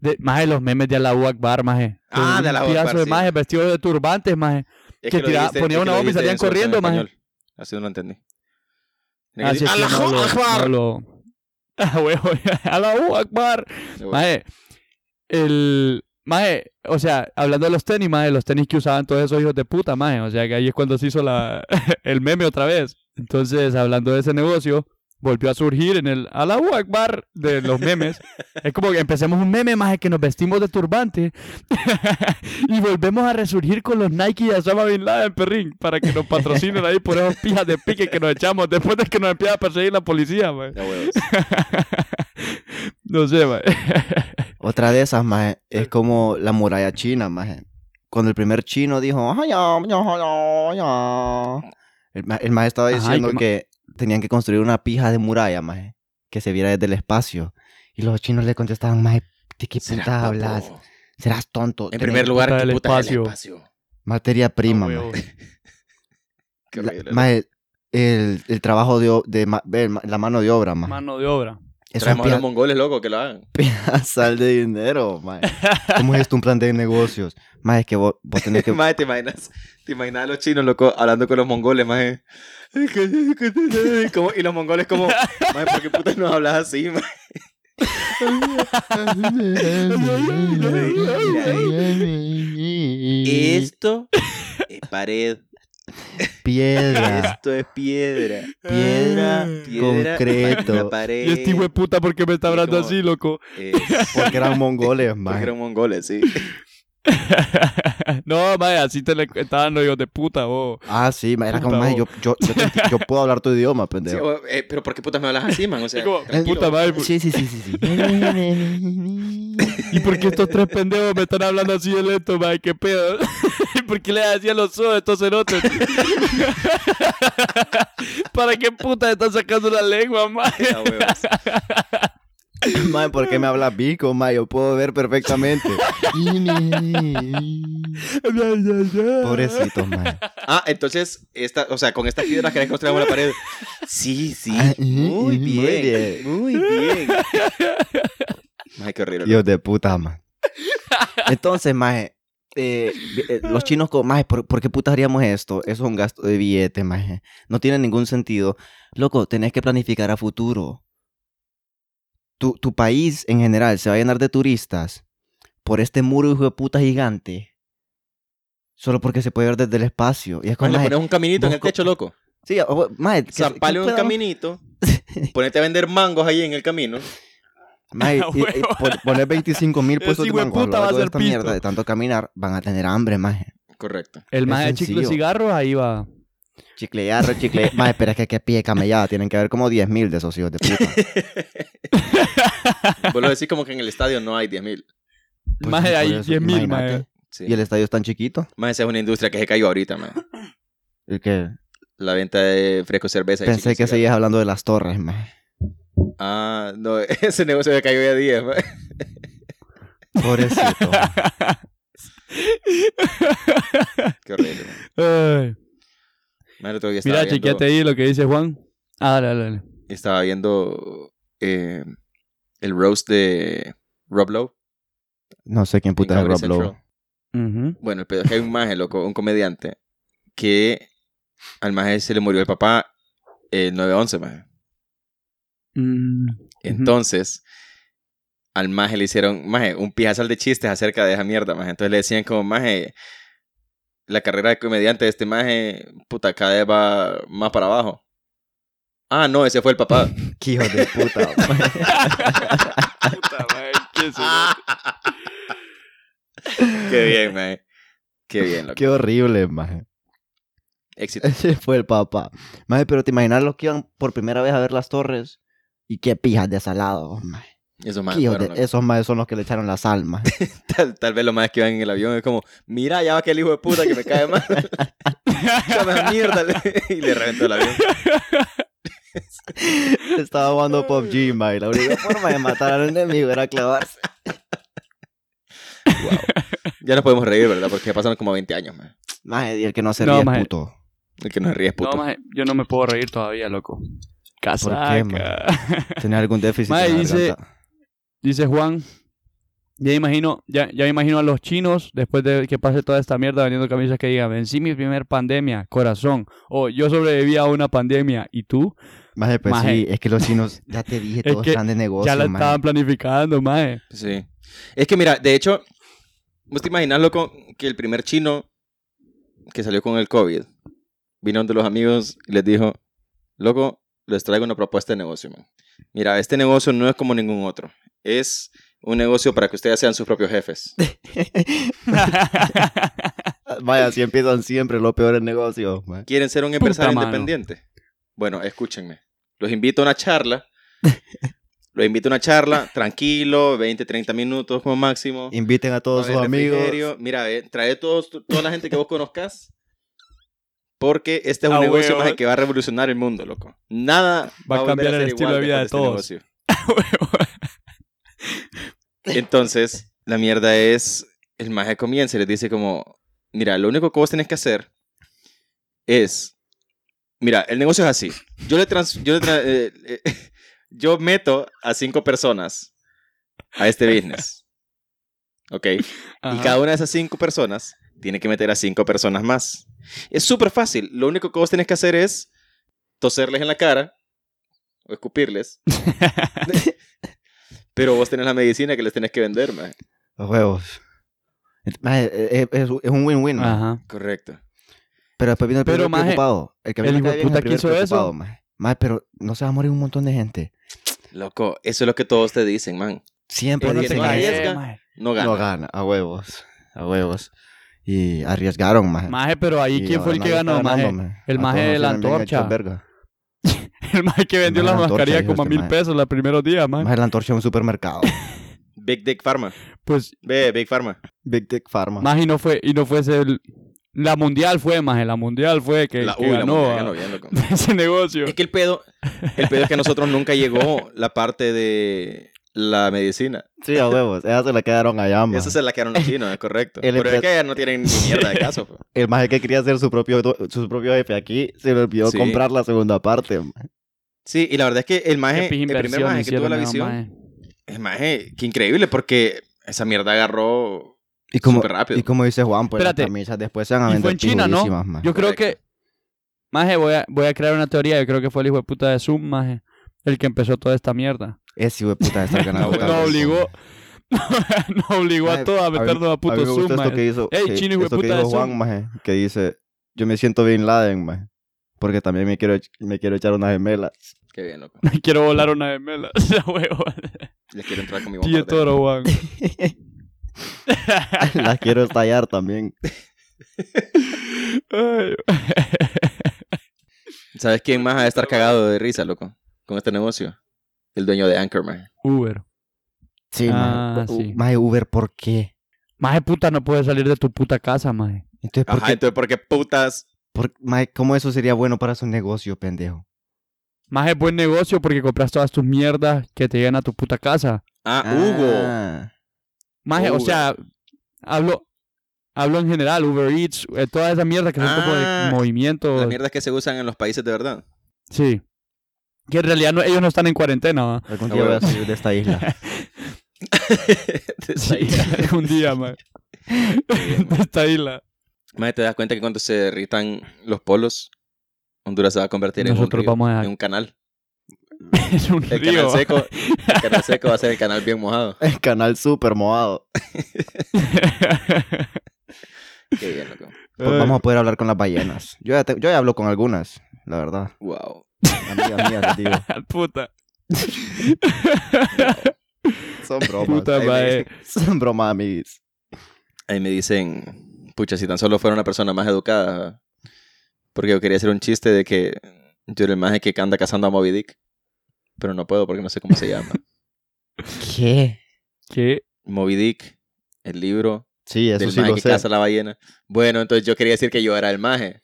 S2: De, mae, los memes de Alawak Bar, mae.
S5: Ah,
S2: Con
S5: de
S2: un
S5: Alawak
S2: pedazo
S5: Bar,
S2: de
S5: sí.
S2: maje vestido de turbantes, mae.
S5: Es
S2: que
S5: lo
S2: tira-
S5: dijiste-
S2: ponía
S5: es que
S2: una bomba
S5: lo
S2: y
S5: dijiste
S2: salían
S5: en su versión
S2: corriendo, maje.
S5: español. Así no lo entendí.
S2: Ah, sí, es que no lo- no lo- Ah, huevo, Allahu Akbar. Mae, el. Mae, o sea, hablando de los tenis, mae, los tenis que usaban todos esos hijos de puta, mae. O sea, que ahí es cuando se hizo la, el meme otra vez. Entonces, hablando de ese negocio, volvió a surgir en el Allahu Akbar de los memes. es como que empecemos un meme, mae, que nos vestimos de turbante. y volvemos a resurgir con los Nike de Osama Bin Laden, perrín, para que nos patrocinen ahí por esos pijas de pique que nos echamos después de que nos empieza a perseguir la policía, mae.
S5: Ya, huevos.
S2: no sé, mae.
S3: otra de esas, mae, es como la muralla china, mae. Cuando el primer chino dijo, "Ay, ya, ya, ya, ya", el, ma- el mae estaba
S2: Ajá, ¿y
S3: diciendo
S2: qué ma-
S3: que tenían que construir una pija de muralla, mae, que se viera desde el espacio. Y los chinos le contestaban, mae, ¿de qué
S5: Serás
S3: putas
S5: papo.
S3: hablas? Serás tonto.
S5: En
S3: Tenés
S5: primer lugar,
S2: puta
S5: ¿qué
S2: del
S5: puta es el
S2: espacio.
S5: espacio?
S3: Materia prima, mae.
S5: Ah, Qué
S3: La-
S5: horrible.
S3: mae, el, el trabajo de, o- de ma- ver, ma- la mano de obra, mae.
S2: Mano de obra.
S3: Es un
S5: Traemos a los
S3: pija-
S5: mongoles, loco, que lo hagan.
S3: pedazal de dinero, mae. ¿Cómo es esto un plan de negocios? Mae, es que vos, vos tenés que...
S5: Mae, te imaginas, te imaginas a los chinos, loco, hablando con los mongoles, mae. Como- y los mongoles como, mae, ¿por qué putas no hablas así, mae? Esto es pared,
S3: Piedra,
S5: esto es piedra,
S3: piedra,
S5: Ah. piedra,
S3: concreto.
S5: una pared. eh.
S2: Y este hijo de puta, ¿por qué me está
S5: y
S2: hablando
S5: como-
S2: así, loco?
S5: es-
S3: Porque eran mongoles,
S5: Porque
S3: mae.
S5: eran mongoles, sí.
S2: no, mae, así te le estaban los hijos de puta, vos.
S3: Ah, sí, mae, era como,
S2: Puta,
S3: mae, yo,
S2: vos.
S3: yo, yo, te enti- yo puedo hablar tu idioma,
S5: Sí,
S3: pendejo.
S5: o- eh, pero ¿por qué putas me hablas así, man? O sea,
S2: Es como,
S5: tranquilo,
S2: puta madre, ¿por-
S3: Sí, sí, sí, sí, sí.
S2: ¿y por qué estos tres pendejos me están hablando así de lento, mae? ¿Qué pedo? ¿Y por qué le hacían los ojos a estos cerotes? ¿Para qué puta están sacando la lengua, mae?
S5: a huevos.
S3: Mae, ¿por qué me hablas bico, mae? Yo puedo ver perfectamente. Pobrecitos, mae.
S5: Ah, entonces, esta, o sea, con estas piedras querés construir una pared. Sí, sí.
S3: Ah,
S5: Muy
S3: mm,
S5: bien. Muy bien. Ay, qué horrible.
S3: Dios de puta, man. Entonces, maje, eh, vi- eh, los chinos como, maje, ¿por, por qué putas haríamos esto? Eso es un gasto de billete, maje. No tiene ningún sentido. Loco, tenés que planificar a futuro. Tu, tu país en general se va a llenar de turistas por este muro hijo de puta gigante. Solo porque se puede ver desde el espacio. Y es
S5: Cuando
S3: como,
S5: le
S3: maje,
S5: pones un caminito en el
S3: busco-
S5: techo, loco.
S3: sí, o- maje, que-
S5: Zampale
S3: que
S5: un
S3: pueda-
S5: caminito. Ponete a vender mangos ahí en el camino.
S3: Mae,
S2: A
S3: y- y
S2: huevo.
S3: pon- poner 25 mil
S2: Ese
S3: puestos de
S2: hijo de
S3: mango a lo
S2: puta va a
S3: largo de
S2: ser
S3: esta mierda
S2: pito.
S3: de tanto caminar, van a tener hambre, maje.
S5: Correcto.
S2: El
S3: Es
S2: mae de chicle
S3: sencillo. Pues
S2: cigarros ahí va.
S3: Chiclearro, chicle. Mae, pero es que qué pie camellada. Tienen que haber como 10.000 de esos hijos de puta.
S5: Vos lo decís como que en el estadio no hay 10.000.
S3: Pues
S2: Maje,
S3: sí,
S2: hay
S3: por eso,
S2: 10.000,
S3: imagínate.
S2: maje.
S5: Sí.
S3: Y el estadio es tan chiquito.
S5: Más esa es una industria que se cayó ahorita, man.
S3: Y que
S5: La venta de fresco cerveza. y
S3: pensé
S5: chicles
S3: que
S5: y cigarros.
S3: seguías hablando de las torres, mae.
S5: Ah, no, ese negocio se cayó ya 10, man.
S3: Pobrecito.
S5: Qué horrible, man.
S2: Ay.
S5: Man, el otro día estaba
S2: Mira,
S5: viendo-
S2: chequeate ahí lo que dice Juan. Ah, dale, dale, dale.
S5: estaba viendo eh, el roast de Rob Lowe.
S3: no sé quién
S5: en
S3: puta es
S5: Comedy
S3: Rob
S5: Central.
S3: Lowe.
S2: Ujú.
S5: Bueno, el pedo es que hay un maje, loco, un comediante, que al maje se le murió el papá el 9-11, maje.
S2: Mm,
S5: Entonces, al maje le hicieron, maje, un pijazal de chistes acerca de esa mierda, maje. Entonces le decían como, maje, la carrera de comediante de este maje, puta, cada vez va más para abajo. Ah, no, ese fue el papá.
S3: Qué hijo de puta. mae.
S5: Qué bien, maje. Qué bien, loco.
S3: Qué horrible, mae.
S5: Éxito.
S3: Ese fue el papá. Mae, pero te imaginas los que iban por primera vez a ver las torres. Y qué pijas de salado, mae.
S5: Eso
S3: Qué
S5: más.
S3: hijos
S5: fueron,
S3: de- e-
S5: loco.
S3: Esos maes son los que le echaron las almas.
S5: tal, tal vez lo más que van en el avión es como, mira, ya va que el hijo de puta que me cae mal. Ya me da mierda. le- Y le reventó el avión.
S3: Estaba jugando PUBG, mae. La única forma de matar al enemigo era clavarse.
S5: Ya nos podemos reír, ¿verdad? Porque ya pasaron como 20 años, man.
S3: Mae, y el que no se
S2: No,
S3: ríe es
S2: mae.
S3: puto.
S5: El que nos ríe es puto.
S2: No, maje, yo no me puedo reír todavía, loco. Casaca.
S3: Tenía algún déficit.
S2: Mae,
S3: en la
S2: dice-
S3: garganta.
S2: Dice Juan, ya imagino, ya, ya imagino a los chinos, después de que pase toda esta mierda vendiendo camisas que digan, vencí mi primer pandemia, corazón, o yo sobreviví a una pandemia, ¿y tú?
S3: Maje, pues
S2: Maje.
S3: sí, es que los chinos, ya te dije,
S2: Es
S3: todos
S2: que
S3: están de negocio,
S2: ya la
S3: maje.
S2: estaban planificando, mae.
S5: Sí. Es que mira, de hecho, vos te imaginas, loco, que el primer chino que salió con el COVID vino de los amigos y les dijo, loco, les traigo una propuesta de negocio, man. Mira, este negocio no es como ningún otro. Es un negocio para que ustedes sean sus propios jefes.
S3: Vaya, así empiezan siempre los peores negocios, maje.
S5: ¿Quieren ser un empresario
S2: mano.
S5: independiente? Bueno, escúchenme. Los invito a una charla. Los invito a una charla, tranquilo, 20, 30 minutos como máximo.
S3: Inviten a todos
S5: Con
S3: sus
S5: el
S3: amigos.
S5: refrigerio. Mira, eh, trae todos, tu- toda la gente que vos conozcas. Porque este es un
S2: Ah,
S5: negocio
S2: huevo.
S5: más que va a revolucionar el mundo, loco. Nada
S2: Va a
S5: volver
S2: cambiar el
S5: ser
S2: estilo
S5: igual
S2: de vida de
S5: después
S2: todos. Ah,
S5: este negocio. Entonces, la mierda es. El maje comienza y les dice, como. Mira, lo único que vos tenés que hacer es. Mira, el negocio es así. Yo le trans. Yo, le tra- eh, eh, yo meto a cinco personas a este business. ¿Ok? Y
S2: Ajá.
S5: cada una de esas cinco personas tiene que meter a cinco personas más. Es súper fácil. Lo único que vos tenés que hacer es toserles en la cara o escupirles. Pero vos tenés la medicina que les tenés que vender, man.
S3: Los huevos. Maje, eh, eh, es, es un win-win, maje.
S2: Ajá.
S5: Correcto.
S3: Pero después vino el
S2: Ah. Pero,
S3: primer
S2: maje,
S3: preocupado. El que a mí
S2: el
S3: me cae bien es
S2: hijueputa
S3: el
S2: que
S3: primer
S2: hizo eso.
S3: preocupado, maje. Maje, pero no se va a morir un montón de gente.
S5: Loco, eso es lo que todos te dicen, man.
S3: Siempre
S5: Pero
S2: Uno
S5: si
S2: se
S5: no
S3: dicen
S2: cae,
S5: arriesga,
S2: mae.
S5: No gana.
S3: No gana, a huevos, a huevos. Y arriesgaron, maje.
S2: Maje, pero ahí,
S3: Y
S2: ¿quién fue
S3: ahora
S2: el que
S3: nadie
S2: ganó,
S3: está
S2: maje?
S3: ganando, maje.
S2: El
S3: A
S2: maje
S3: todos nos
S2: de la
S3: tienen bien
S2: antorcha.
S3: hechos verga.
S2: El maje que vendió
S3: maje
S2: las
S3: de la antorcha,
S2: mascarillas
S3: dijo
S2: como a
S3: este
S2: mil
S3: mae.
S2: pesos los primeros días, mae.
S3: Maje, la antorcha es un supermercado.
S5: Big Dick Pharma.
S2: Pues,
S5: Ve, Big Pharma.
S3: Big Tech Pharma.
S2: maje, y no fue, y no fue ese el- La mundial fue, maje, la mundial fue que,
S5: la,
S2: que
S5: uy, la
S2: ganó,
S5: mujer
S2: ah,
S5: ganó bien, loco.
S2: ese negocio.
S5: Es que el pedo, el pedo es que a nosotros nunca llegó la parte de la medicina.
S3: Sí, a huevos. Esa se la quedaron allá, maje.
S5: Eso se la quedaron los chinos, es correcto.
S3: El
S5: Pero es
S3: empre-
S5: que no tienen ni mierda de caso. pues.
S3: El maje que quería hacer su propio, do- su propio jefe aquí, se le olvidó
S5: Sí.
S3: comprar la segunda parte. maje.
S5: Sí, y la verdad es que el maje,
S2: Qué pija
S5: el primer
S2: inversión
S5: maje que tuvo
S2: hicieron
S5: la
S2: esos
S5: visión,
S2: majes.
S5: el maje, que increíble, porque esa mierda agarró
S3: Y como,
S5: súper rápido.
S3: y como dice Juan, pues
S2: Espérate.
S3: las camisas después se van a
S2: Y
S3: vender
S2: fue en China, ¿no?
S3: pijudísimas, maje.
S2: Yo creo
S5: Correcto.
S2: que. Maje, voy a, voy a crear una teoría. Yo creo que fue el hijo de puta de Zoom, maje. El que empezó toda esta mierda.
S3: Ese hijo de puta está ganando.
S5: Puta,
S2: Nos
S3: tanto.
S2: obligó. Nos obligó a
S3: Ay,
S2: todos a
S3: mí-
S2: meternos a
S3: A mí
S2: puto
S3: me
S2: Zoom,
S3: gusta esto que
S2: maje.
S3: hizo,
S2: Ey,
S3: que-
S2: chino, hijo de
S3: esto que
S2: puta de
S3: dijo Juan,
S2: Zoom.
S3: maje, que dice, yo me siento Bin Laden, maje, porque también me quiero, ech- me quiero echar una gemela.
S5: Qué bien, loco.
S2: Quiero volar una de melas. Esa huevo.
S5: Les quiero entrar con mi bomba.
S2: Tío Toro, Juan.
S3: Las quiero estallar también.
S2: Ay,
S5: ¿Sabes quién más ha de estar cagado de risa, loco? Con este negocio. El dueño de Anchor, man.
S2: Uber.
S4: Sí,
S2: Ah,
S4: mae.
S5: Uh,
S4: U-
S2: sí.
S4: mae, Uber, ¿por qué?
S2: Maje puta, no puedes salir de tu puta casa, maje.
S4: Entonces, ¿por
S5: Ajá,
S4: qué-
S5: entonces, ¿por qué putas?
S4: por- mae, ¿cómo eso sería bueno para su negocio, pendejo?
S2: Maje, buen negocio porque compras todas tus mierdas que te llegan a tu puta casa.
S5: Ah, Hugo.
S4: Ah,
S2: Maje, o
S5: Uber.
S2: sea, hablo, hablo en general, Uber Eats, eh, toda esa mierda que son como
S5: Ah,
S2: de movimientos.
S5: Las mierdas que se usan en los países de verdad.
S2: Sí. Que en realidad no- ellos no están en cuarentena, ¿va?
S4: Algún
S5: Ah,
S4: día voy a
S5: bueno.
S4: salir de esta isla.
S2: Sí, un día, maje. De esta isla.
S5: Más te das cuenta que cuando se derritan los polos, Honduras se va a convertir en un,
S2: Nosotros
S5: río,
S2: vamos a-
S5: en un canal.
S2: Es un
S5: El
S2: río.
S5: canal seco, el canal seco va a ser el canal bien mojado.
S3: El canal super mojado.
S5: Qué bien, loco.
S3: Pues vamos a poder hablar con las ballenas. Yo ya, te- yo ya hablo con algunas, la verdad.
S5: Wow.
S3: Amigas mías, les digo.
S2: puta.
S3: Son bromas.
S2: Puta,
S3: Ahí me
S2: mae.
S3: dicen, Son bromas, amiguis.
S5: Ahí me dicen, pucha, si tan solo fuera una persona más educada. Porque yo quería hacer un chiste de que yo era el maje que anda cazando a Moby Dick. Pero no puedo porque no sé cómo se llama.
S4: ¿Qué?
S2: ¿Qué?
S5: Moby Dick, el libro
S3: Sí, eso
S5: del
S3: sí
S5: maje
S3: lo
S5: que
S3: sé.
S5: caza la ballena. Bueno, entonces yo quería decir que yo era el maje.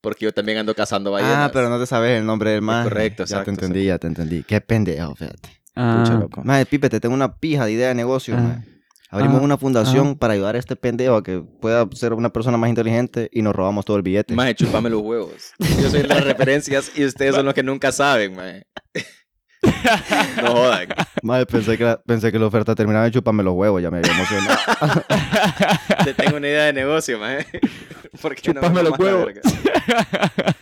S5: Porque yo también ando cazando ballenas.
S3: Ah, pero no te sabes el nombre del más.
S5: correcto,
S3: Ya te
S5: exacto,
S3: entendí, ya te entendí. Qué pendejo, fíjate.
S5: Pucha,
S2: Ah,
S5: loco.
S3: Mae, Pipe, te tengo una pija de idea de negocio,
S2: Ah.
S3: mae. Abrimos
S2: Ah.
S3: una fundación para ayudar a este pendejo a que pueda ser una persona más inteligente y nos robamos todo el billete.
S5: Maje, chupame los huevos. Yo soy las referencias y ustedes son los que nunca saben, maje. No jodan.
S3: Mae, pensé que, la, pensé que la oferta terminaba en chuparme los huevos, ya me había emocionado.
S5: Te tengo una idea de negocio, maje. ¿Por qué no me
S2: Chúpame los
S5: tomas la
S2: huevos.
S5: verga?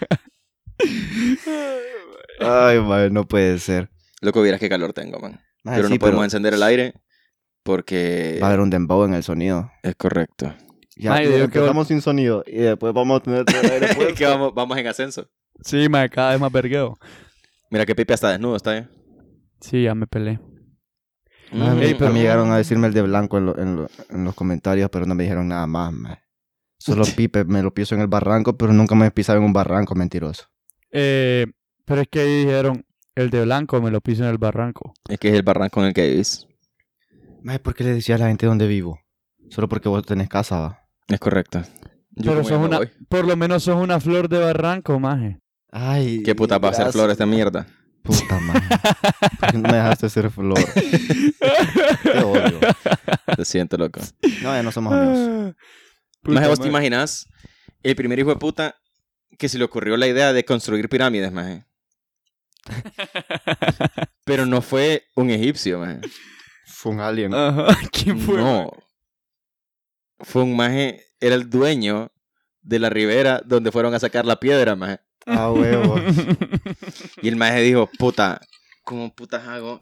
S3: Ay, mae, no puede ser.
S5: Loco, vieras qué calor tengo, man.
S3: Mae,
S5: pero no
S3: sí,
S5: podemos encender el aire porque
S3: Va a haber un dembow en el sonido.
S5: es correcto.
S3: Ya
S2: Mae, yo creo-
S3: empezamos sin sonido y después vamos a tener todo el aire
S5: Es
S3: puesto.
S5: que vamos, vamos en ascenso.
S2: sí, maje, cada vez más vergueo.
S5: Mira que Pipe está desnudo, está bien.
S2: Sí, ya me peleé.
S3: Ah,
S5: Mm.
S3: me- me llegaron a decirme el de blanco en, lo- en lo- en los comentarios, pero no me dijeron nada más, mae. Solo pipe, me lo piso en el barranco, pero nunca me he pisado en un barranco, mentiroso.
S2: Eh, pero es que ahí dijeron, el de blanco me lo piso en el barranco.
S5: Es que es el barranco en el que vivís.
S3: Mae, ¿por qué le decía a la gente dónde vivo? Solo porque vos tenés casa, va.
S5: Es correcto. Yo
S2: Pero
S5: como ya
S2: sos
S5: me
S2: una-
S5: voy.
S2: Por lo menos sos una flor de barranco, maje.
S3: Ay.
S5: ¿Qué puta va a ser
S3: gracias.
S5: flor esta mierda?
S3: Puta madre. ¿Por qué no me dejaste ser flor? Te odio.
S5: Te siento, loco.
S3: No, ya no somos amigos.
S2: Puta
S5: Maje, ¿vos te
S2: madre.
S5: imaginás el primer hijo de puta que se le ocurrió la idea de construir pirámides, maje? Pero no fue un egipcio, maje.
S3: Fue un alien.
S2: Ajá, ¿quién fue?
S5: No. Fue un maje, era el dueño de la ribera donde fueron a sacar la piedra, maje.
S3: Ah, huevo.
S5: Y el maje dijo, puta, ¿cómo putas hago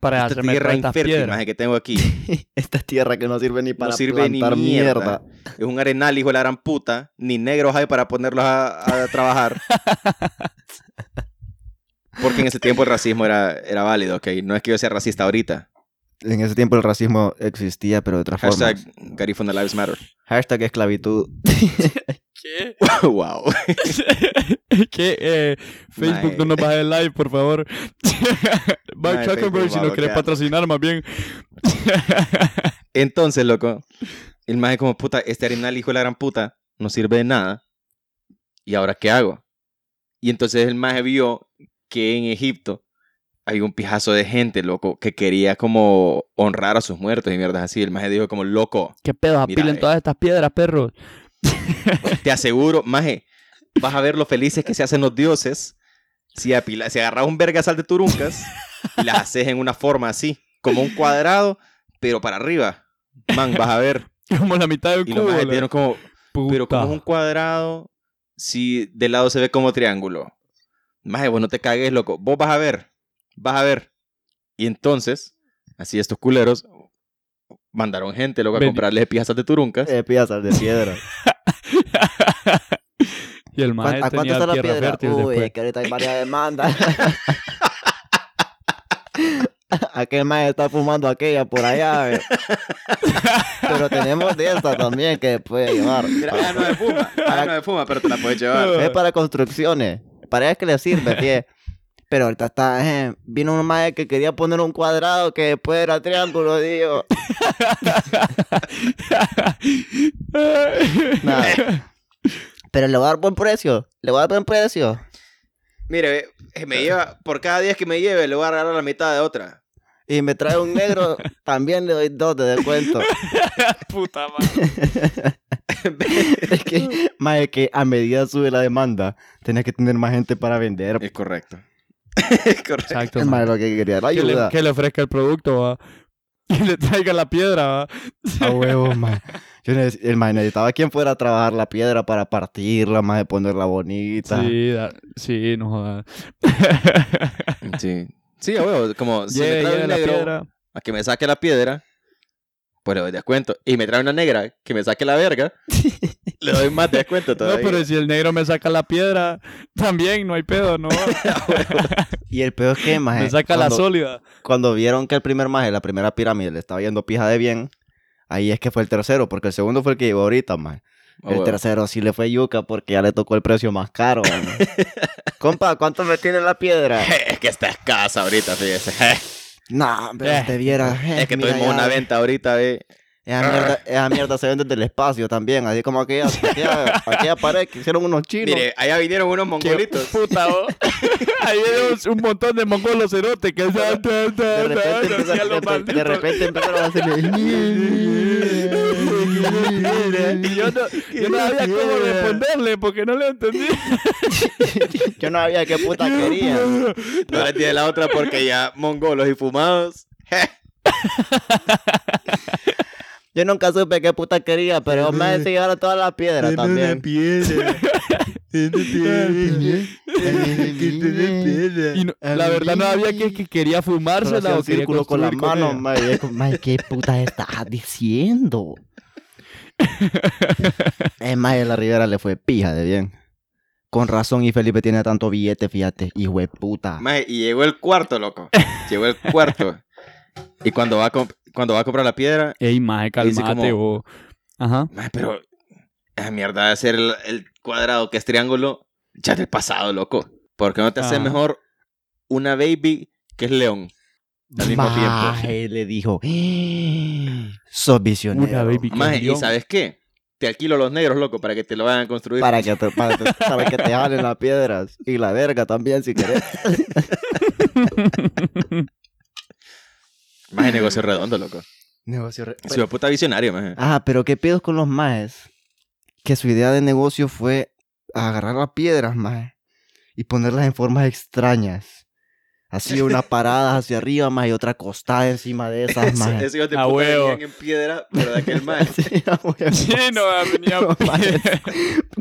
S2: Para
S5: esta
S2: hacerme
S5: tierra
S2: todas estas
S5: infértil,
S2: piedras.
S5: maje, que tengo aquí?
S3: Esta tierra que no sirve ni para
S5: sirve ni
S3: plantar
S5: mierda. Es un arenal, hijo de la gran puta. Ni negros hay para ponerlos a, a trabajar. Porque en ese tiempo el racismo era, era válido, ¿ok? No es que yo sea racista ahorita.
S3: En ese tiempo el racismo existía, pero de otra forma.
S5: Hashtag
S3: Hashtag,
S5: Garifuna Lives Matter.
S3: esclavitud.
S2: ¿Qué?
S5: wow.
S2: ¿Qué? Eh, Facebook
S5: Maje.
S2: no nos baje el live, por favor. Mark
S5: Maje,
S2: Zuckerberg,
S5: Facebook
S2: si
S5: va a
S2: nos querés
S5: bloquear. este eh.
S3: Eh, eh. parece que
S5: Eh, Eh,
S3: le sirve, fíjate. Pero ahorita está, eh, vino un mae que quería poner un cuadrado que después era triángulo, digo. Nada. Pero le voy a dar buen precio, le voy a dar buen precio.
S5: Mire, eh, me lleva, por cada 10 que me lleve, le voy a regalar la mitad de otra.
S3: Y me trae un negro, también le doy dos de descuento.
S2: Puta madre.
S3: es que, mae, que a medida sube la demanda, tenés que tener más gente para vender.
S5: Es correcto. es correcto.
S2: Exacto.
S3: Es
S2: man.
S3: más lo que quería, la
S2: Que le,
S3: ayuda.
S2: que le ofrezca el producto, va. Que le traiga la piedra, va.
S3: A huevo, mae. Yo neces- el mae necesitaba quien fuera a trabajar la piedra para partirla, mae, ponerla bonita.
S2: Sí, da- sí, no jodas.
S5: Sí. Sí, a huevo, como si me
S2: Lleve,
S5: trae
S2: lleve
S5: un
S2: la
S5: negro
S2: piedra.
S5: a que me saque la piedra, pues le doy descuento. Y me trae una negra que me saque la verga, le doy más descuento
S2: No,
S5: todavía.
S2: pero si el negro me saca la piedra, también no hay pedo, ¿no?
S3: Y el peor es que, mae,
S2: me saca la
S3: cuando,
S2: sólida.
S3: cuando vieron que el primer mae, la primera pirámide, le estaba yendo pija de bien, ahí es que fue el tercero, porque el segundo fue el que llegó ahorita, mae.
S5: A
S3: el
S5: huevo.
S3: tercero sí le fue yuca porque ya le tocó el precio más caro, mae. Compa, ¿cuánto me tiene la piedra?
S5: Es que está escasa ahorita, fíjese.
S4: Nah, pero
S2: Eh,
S4: si te viera. eh,
S5: Es que
S4: mira
S5: tuvimos
S4: ya,
S5: una venta ahorita, ve.
S3: Esa mierda, esa mierda se vende desde el espacio también, así como aquella, aquella, aquella pared que hicieron unos chinos.
S5: Mire, allá vinieron unos mongolitos.
S2: Puta, vos. Ahí hay un, un montón de mongolos cerotes que...
S3: De repente, empieza- de- de- de repente empezaron a hacerle.
S2: Y yo no, yo no sabía cómo responderle porque no le entendí.
S3: Yo no sabía qué puta quería.
S5: No les tiene la otra porque ya mongolos y fumados.
S3: Yo nunca supe qué puta quería, pero me se llevaron todas las piedras también.
S2: Y no- la verdad no sabía que, que quería
S3: Solo hacía
S2: fumársela o
S3: un
S2: quería
S3: círculo con las
S2: construir
S3: manos,
S2: ella.
S3: mae. Y este es como, mae, ¿qué puta estás diciendo? es más, de la Rivera le fue pija de bien. Con razón, y Felipe tiene tanto billete, fíjate, hijo de puta.
S5: Maje, y llegó el cuarto, loco. Llegó el cuarto. Y cuando va a, comp- cuando va a comprar la piedra,
S2: Ey, maje,
S5: Dice
S2: calmate, vos. Ajá.
S5: Maje, pero esa mierda de hacer el, el cuadrado que es triángulo, ya del pasado, loco. ¿Por qué no te hace
S2: Ah.
S5: mejor una baby que es león? Al mismo
S3: Maje,
S5: tiempo.
S3: le dijo, "Eh, sos visionero.
S2: Una baby
S5: Maje, ¿y
S2: león.
S5: sabes qué? Te alquilo los negros, loco, para que te lo vayan a construir.
S3: Para que, te, para, te- para que te jalen las piedras y la verga también, si querés.
S5: Maje, negocio redondo, loco.
S3: Negocio re-
S5: Soy puta visionario, maje.
S3: Ah, pero qué pedos con los maes. Que su idea de negocio fue agarrar las piedras, maes, y ponerlas en formas extrañas. Así una parada hacia arriba, maes, y otra acostada encima de esas,
S5: Eso,
S3: maes.
S5: eso yo te
S2: A
S5: puta
S2: huevo.
S5: vivían en piedra, pero de aquel maje.
S3: Sí, a huevo.
S2: Sí, no, venía...
S3: Los maes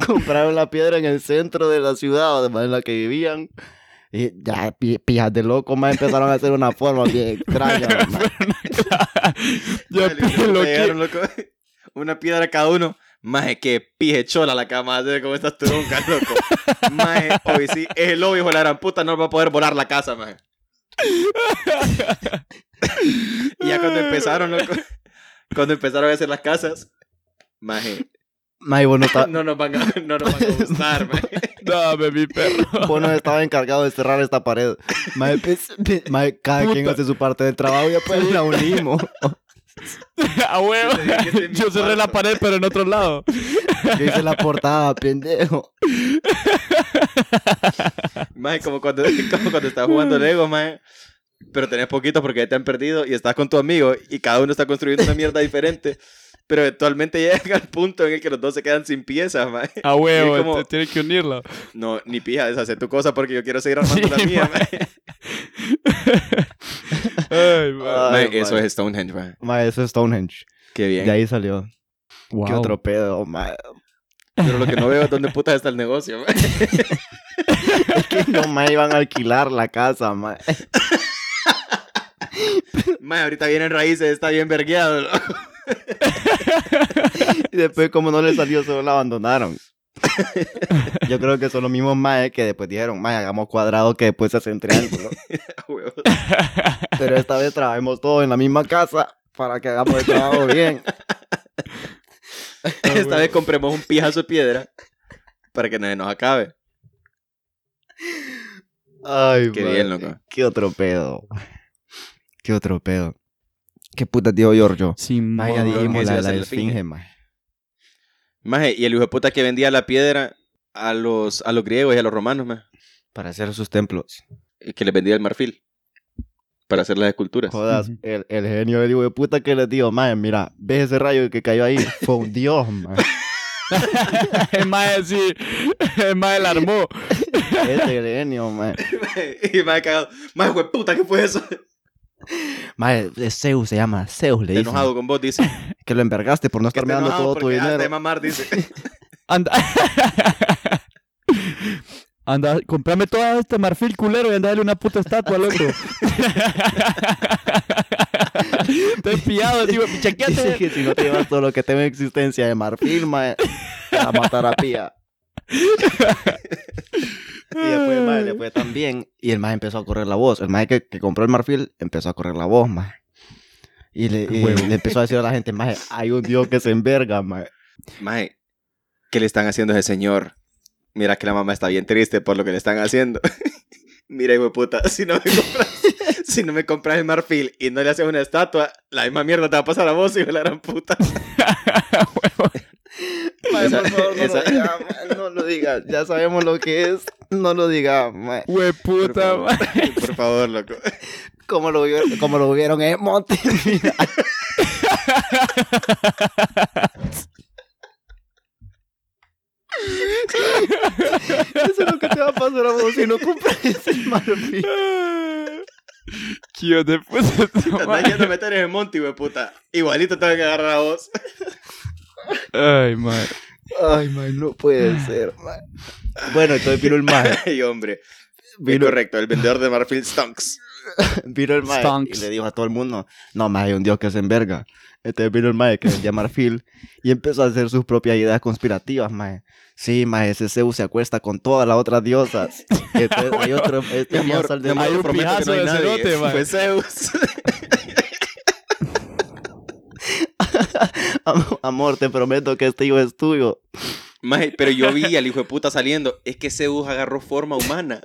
S3: Compraron la piedra en el centro de la ciudad, además en la que vivían. Y ya, pi- pijas de loco, maes, empezaron a hacer una forma bien extraña, maes.
S2: Yo
S5: Dale, que
S2: lo
S5: te
S2: que...
S5: llegaron, loco. Una piedra cada uno. Maje, que pije chola la cama hacer con estas troncas, loco. Maje, hoy sí, es el obvio, hijo de la gran puta, no va a poder volar la casa, maje. y ya cuando empezaron, loco, cuando empezaron a hacer las casas, maje,
S3: Maes, vos no ta-
S5: no nos van a, no nos van a gustar, maje.
S2: No, baby perro.
S3: Vos no estaba encargado de cerrar esta pared. Mae, pues, pe- mae, cada
S2: Puta.
S3: quien hace su parte del trabajo y después la unimos.
S2: A huevo.
S5: Yo te dije que este es mi
S2: Yo cerré la
S5: cuarto.
S2: pared, pero en otro lado.
S3: Yo hice la portada, pendejo.
S5: Maje, como cuando, como cuando estás jugando Lego, maje. Pero tenés poquito porque ya te han perdido y estás con tu amigo y cada uno está construyendo una mierda diferente. Pero eventualmente llega al punto en el que los dos se quedan sin piezas, maje.
S2: A huevo,
S5: como-
S2: te tienes que unirlo.
S5: No, ni pija, deshacer tu cosa porque yo quiero seguir armando
S2: Sí,
S5: la mía, maje.
S2: Ay, man.
S5: Maje,
S3: Ay,
S5: eso
S3: maje.
S5: es Stonehenge, maje.
S3: Mae, eso es Stonehenge.
S5: Qué bien.
S3: De ahí salió.
S2: Wow.
S3: Qué otro pedo, mae.
S5: Pero lo que no veo es dónde putas está el negocio, maje.
S3: Es que no me iban a alquilar la casa, mae.
S5: Maje, ahorita vienen raíces, está bien vergueado. ¿no?
S3: Y después, como no le salió, solo la abandonaron. Yo creo que son los mismos mae que después dijeron, mae, hagamos cuadrado que después se hacen triángulo.
S5: A huevo.
S3: Pero esta vez trabajemos todos en la misma casa para que hagamos el trabajo bien.
S5: Esta vez compremos un pijazo de piedra para que nadie nos acabe.
S3: Ay,
S5: Qué
S3: madre,
S5: bien, loco.
S3: Qué otro pedo. Qué otro pedo. Qué puta tío Giorgio.
S2: Sin
S3: Vaya,
S5: modo.
S3: dijimos la,
S5: Ese iba a
S3: la
S5: ser la
S3: esfinge,
S5: esfinge.
S3: mae.
S5: Maje, y el hijo de puta que vendía la piedra a los, a los griegos y a los romanos, maje,
S3: Para hacer sus templos.
S5: y que les vendía el marfil para hacer las esculturas.
S3: Jodas, el, el genio del hijo de puta que les digo, mae, mira, ves ese rayo que cayó ahí. Fue un dios, mae.
S2: es más, sí. Es más, el armó.
S3: Ese genio, mae.
S5: y me ha cagado. Maje, güey, puta, ¿qué fue eso?
S3: Mae, de Zeus se llama, Zeus le
S5: Está
S3: dice.
S5: enojado con vos, dice.
S3: Que lo envergaste por no
S5: Que
S3: estarme
S5: está
S3: dando
S5: enojado
S3: todo tu
S5: porque ah, dejaste de
S3: dinero.
S5: mamar, dice.
S2: Anda. Anda, comprame todo este marfil culero y anda dale una puta estatua al otro. Estoy pillado, tío.
S3: Dice
S2: Chequeate.
S3: que si no te llevas todo lo que tengo en existencia de marfil, mae, te va a matar a pía. y después, mae, le fue tan bien. Y el mae empezó a correr la voz. El mae que, que compró el marfil empezó a correr la voz, mae. Y le, y le empezó a decir a la gente, mae, hay un dios que se enverga, mae.
S5: Maje, ¿qué le están haciendo a ese señor? Mira que la mamá está bien triste por lo que le están haciendo. Mira, hijo de puta, si no me compras, si no me compras el marfil y no le haces una estatua, la misma mierda te va a pasar a vos, hijo de la gran puta.
S3: Mae,
S5: Esa-
S3: por favor, no,
S5: esa-
S3: lo diga, mae, no lo diga. Ya sabemos lo que es. No lo diga, mae.
S5: Por
S2: Hueputa,
S5: favor,
S2: ma.
S5: por favor, loco.
S3: Como lo, vi- como lo vieron en Monte. Eso es lo que te va a pasar a vos si no compras ese marfil.
S2: Qué de puta esta
S5: Te estás
S2: madre.
S5: yendo a meter en el monte, hijo de puta. Igualito te van a agarrar a vos.
S2: Ay, madre.
S3: Ay, man, no puede ser, man. Bueno, entonces vino el maje.
S5: Ay, hombre.
S3: Vino-
S5: Correcto, el vendedor de marfil stunks.
S3: Vino el maje y
S2: Stonks.
S3: le dijo a todo el mundo, no, maje, hay un dios que se enverga. Entonces vino el maje Este que vendía marfil y empezó a hacer sus propias ideas conspirativas, maje. Sí, maje, ese Zeus se acuesta con todas las otras diosas. Entonces hay otro, este
S5: Mi amor,
S3: día sal de-
S5: mi amor,
S2: Hay un
S5: prometo que
S2: pijazo
S5: no hay
S2: de
S5: nadie.
S2: cerote, man.
S5: Fue Zeus.
S3: Am- Amor, te prometo que este hijo es tuyo.
S5: Maje, pero yo vi al hijo de puta saliendo. Es que Zeus agarró forma humana.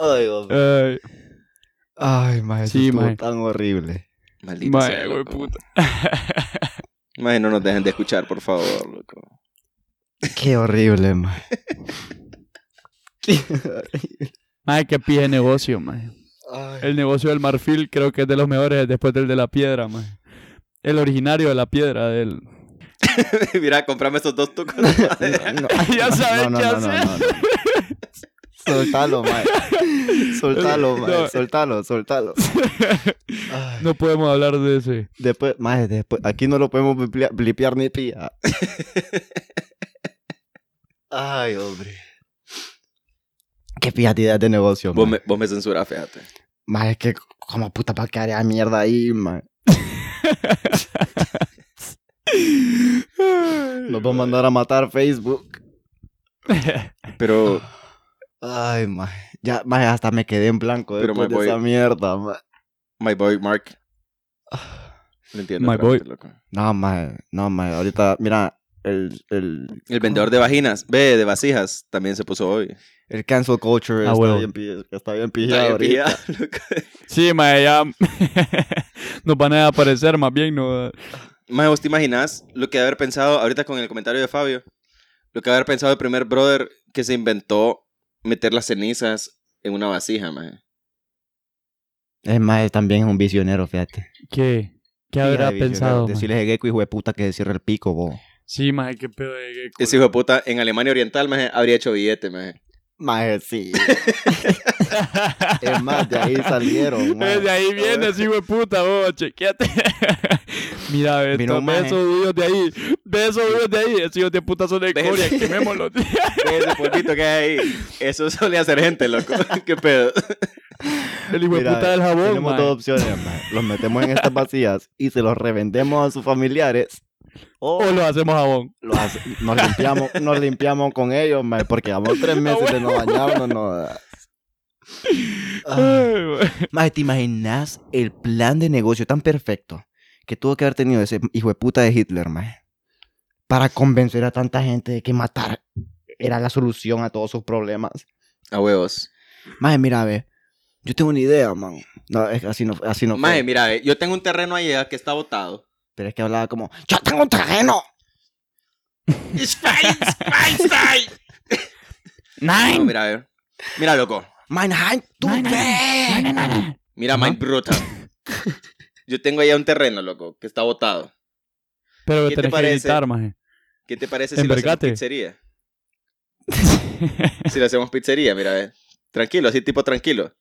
S3: Ay, Dios.
S2: Ay,
S3: Ay, maje,
S2: Sí,
S3: sí, estuvo
S2: maje.
S3: tan horrible.
S5: Maldito sea,
S2: madre,
S5: loco.
S2: hueputa.
S5: Maje, no nos dejen de escuchar, por favor, loco.
S3: Qué horrible, maje. Qué horrible.
S2: Madre, qué pije negocio, madre.
S3: Ay,
S2: El negocio del marfil creo que es de los mejores después del de la piedra, madre. El originario de la piedra, del...
S5: Mira, comprame estos dos tucos.
S3: no, no,
S2: Ya sabes qué hacer.
S3: Soltalo, mae. Soltalo, mae.
S2: No.
S3: Soltalo, soltalo. Ay.
S2: No podemos hablar de ese.
S3: Después, mae, después. Aquí no lo podemos blipea- blipear ni pía. Ay, hombre. Qué pijatidad de negocio,
S5: Vos
S3: mae.
S5: me, vos me censurás, fíjate.
S3: Mae, es que como puta para quedar esa mierda ahí, mae. Nos va a mandar a matar Facebook.
S5: Pero,
S3: Ay, mae. Ya, mae, hasta me quedé en blanco
S5: Pero,
S3: después
S5: mae,
S3: de
S5: voy-
S3: esa mierda, mae.
S5: my boy Mark. Lo entiendo.
S2: My
S5: realmente, loco.
S3: No, mae, no, mae. Ahorita, mira, el, el,
S5: El vendedor de vaginas, ve, de vasijas, también se puso hoy.
S3: el cancel culture
S2: Ah,
S3: está,
S2: huevo.
S3: bien, pi- está bien
S5: Está
S3: pillado
S5: bien
S3: ahorita.
S5: pillado, loco.
S2: Sí, madre, ya... Nos van a desaparecer, más bien, no...
S5: Maje, ¿vos te imaginás lo que haber pensado ahorita con el comentario de Fabio? Lo que haber pensado el primer brother que se inventó meter las cenizas en una vasija, maje.
S3: Es más, él también es un visionero, fíjate.
S2: ¿Qué? ¿Qué habrá pensado, mae?
S3: Decirle a Gecko, hijo de puta, que se cierre el pico, bo.
S2: Sí, madre, qué pedo de... qué
S5: Ese hijo de puta en Alemania Oriental, maje, habría hecho billete, maje.
S3: Mae, sí.
S2: culo.
S3: es más, de ahí salieron, mae.
S2: Desde ahí viene, sí, güey, puta, vos, chequeate. Mira, ve,
S3: Mira
S2: to-
S3: un
S2: ve
S3: maje.
S2: esos videos de ahí. Ve esos videos de ahí. Esos hijos de puta son de
S5: Ve
S2: Corea,
S5: ese-
S2: quemémoslos.
S5: Ese polvito que hay ahí. Eso suele hacer gente, loco. ¿Qué pedo?
S2: El hijo de
S3: Mira,
S2: puta del jabón,
S3: Tenemos dos
S2: man.
S3: opciones, mae. Los metemos en estas vacías y se los revendemos a sus familiares. O
S2: O lo hacemos jabón.
S3: lo hace- nos, limpiamos, nos limpiamos con ellos, mae, porque llevamos
S2: Ah,
S3: tres meses de no bañarnos, no. Ah.
S2: Ay, güey.
S3: Mae, ¿te imaginas el plan de negocio tan perfecto que tuvo que haber tenido ese hijo de puta de Hitler, mae? Para convencer a tanta gente de que matar era la solución a todos sus problemas.
S5: A huevos.
S4: Maje, mira, ve. Yo tengo una idea, man.
S3: No, es que así no, así no fue.
S5: Maje, mira, ve, yo tengo un terreno ahí eh, que está botado.
S3: Pero es que hablaba como,
S4: ¡Yo tengo un terreno!
S5: It's fine, it's fine, it's fine. No,
S1: Nine.
S5: mira, a ver. Mira, loco.
S4: Mannheim, tú
S1: Nine,
S4: ve.
S1: Nine, nine, nine.
S5: Mira, Mike brutal. Yo tengo allá un terreno, loco, que está botado.
S2: Pero
S5: ¿Qué te
S2: tenés que
S5: parece?
S2: editar, maje.
S5: ¿Qué te parece si lo hacemos
S2: Envergate.
S5: pizzería? si lo hacemos pizzería, mira, eh. tranquilo, así tipo tranquilo.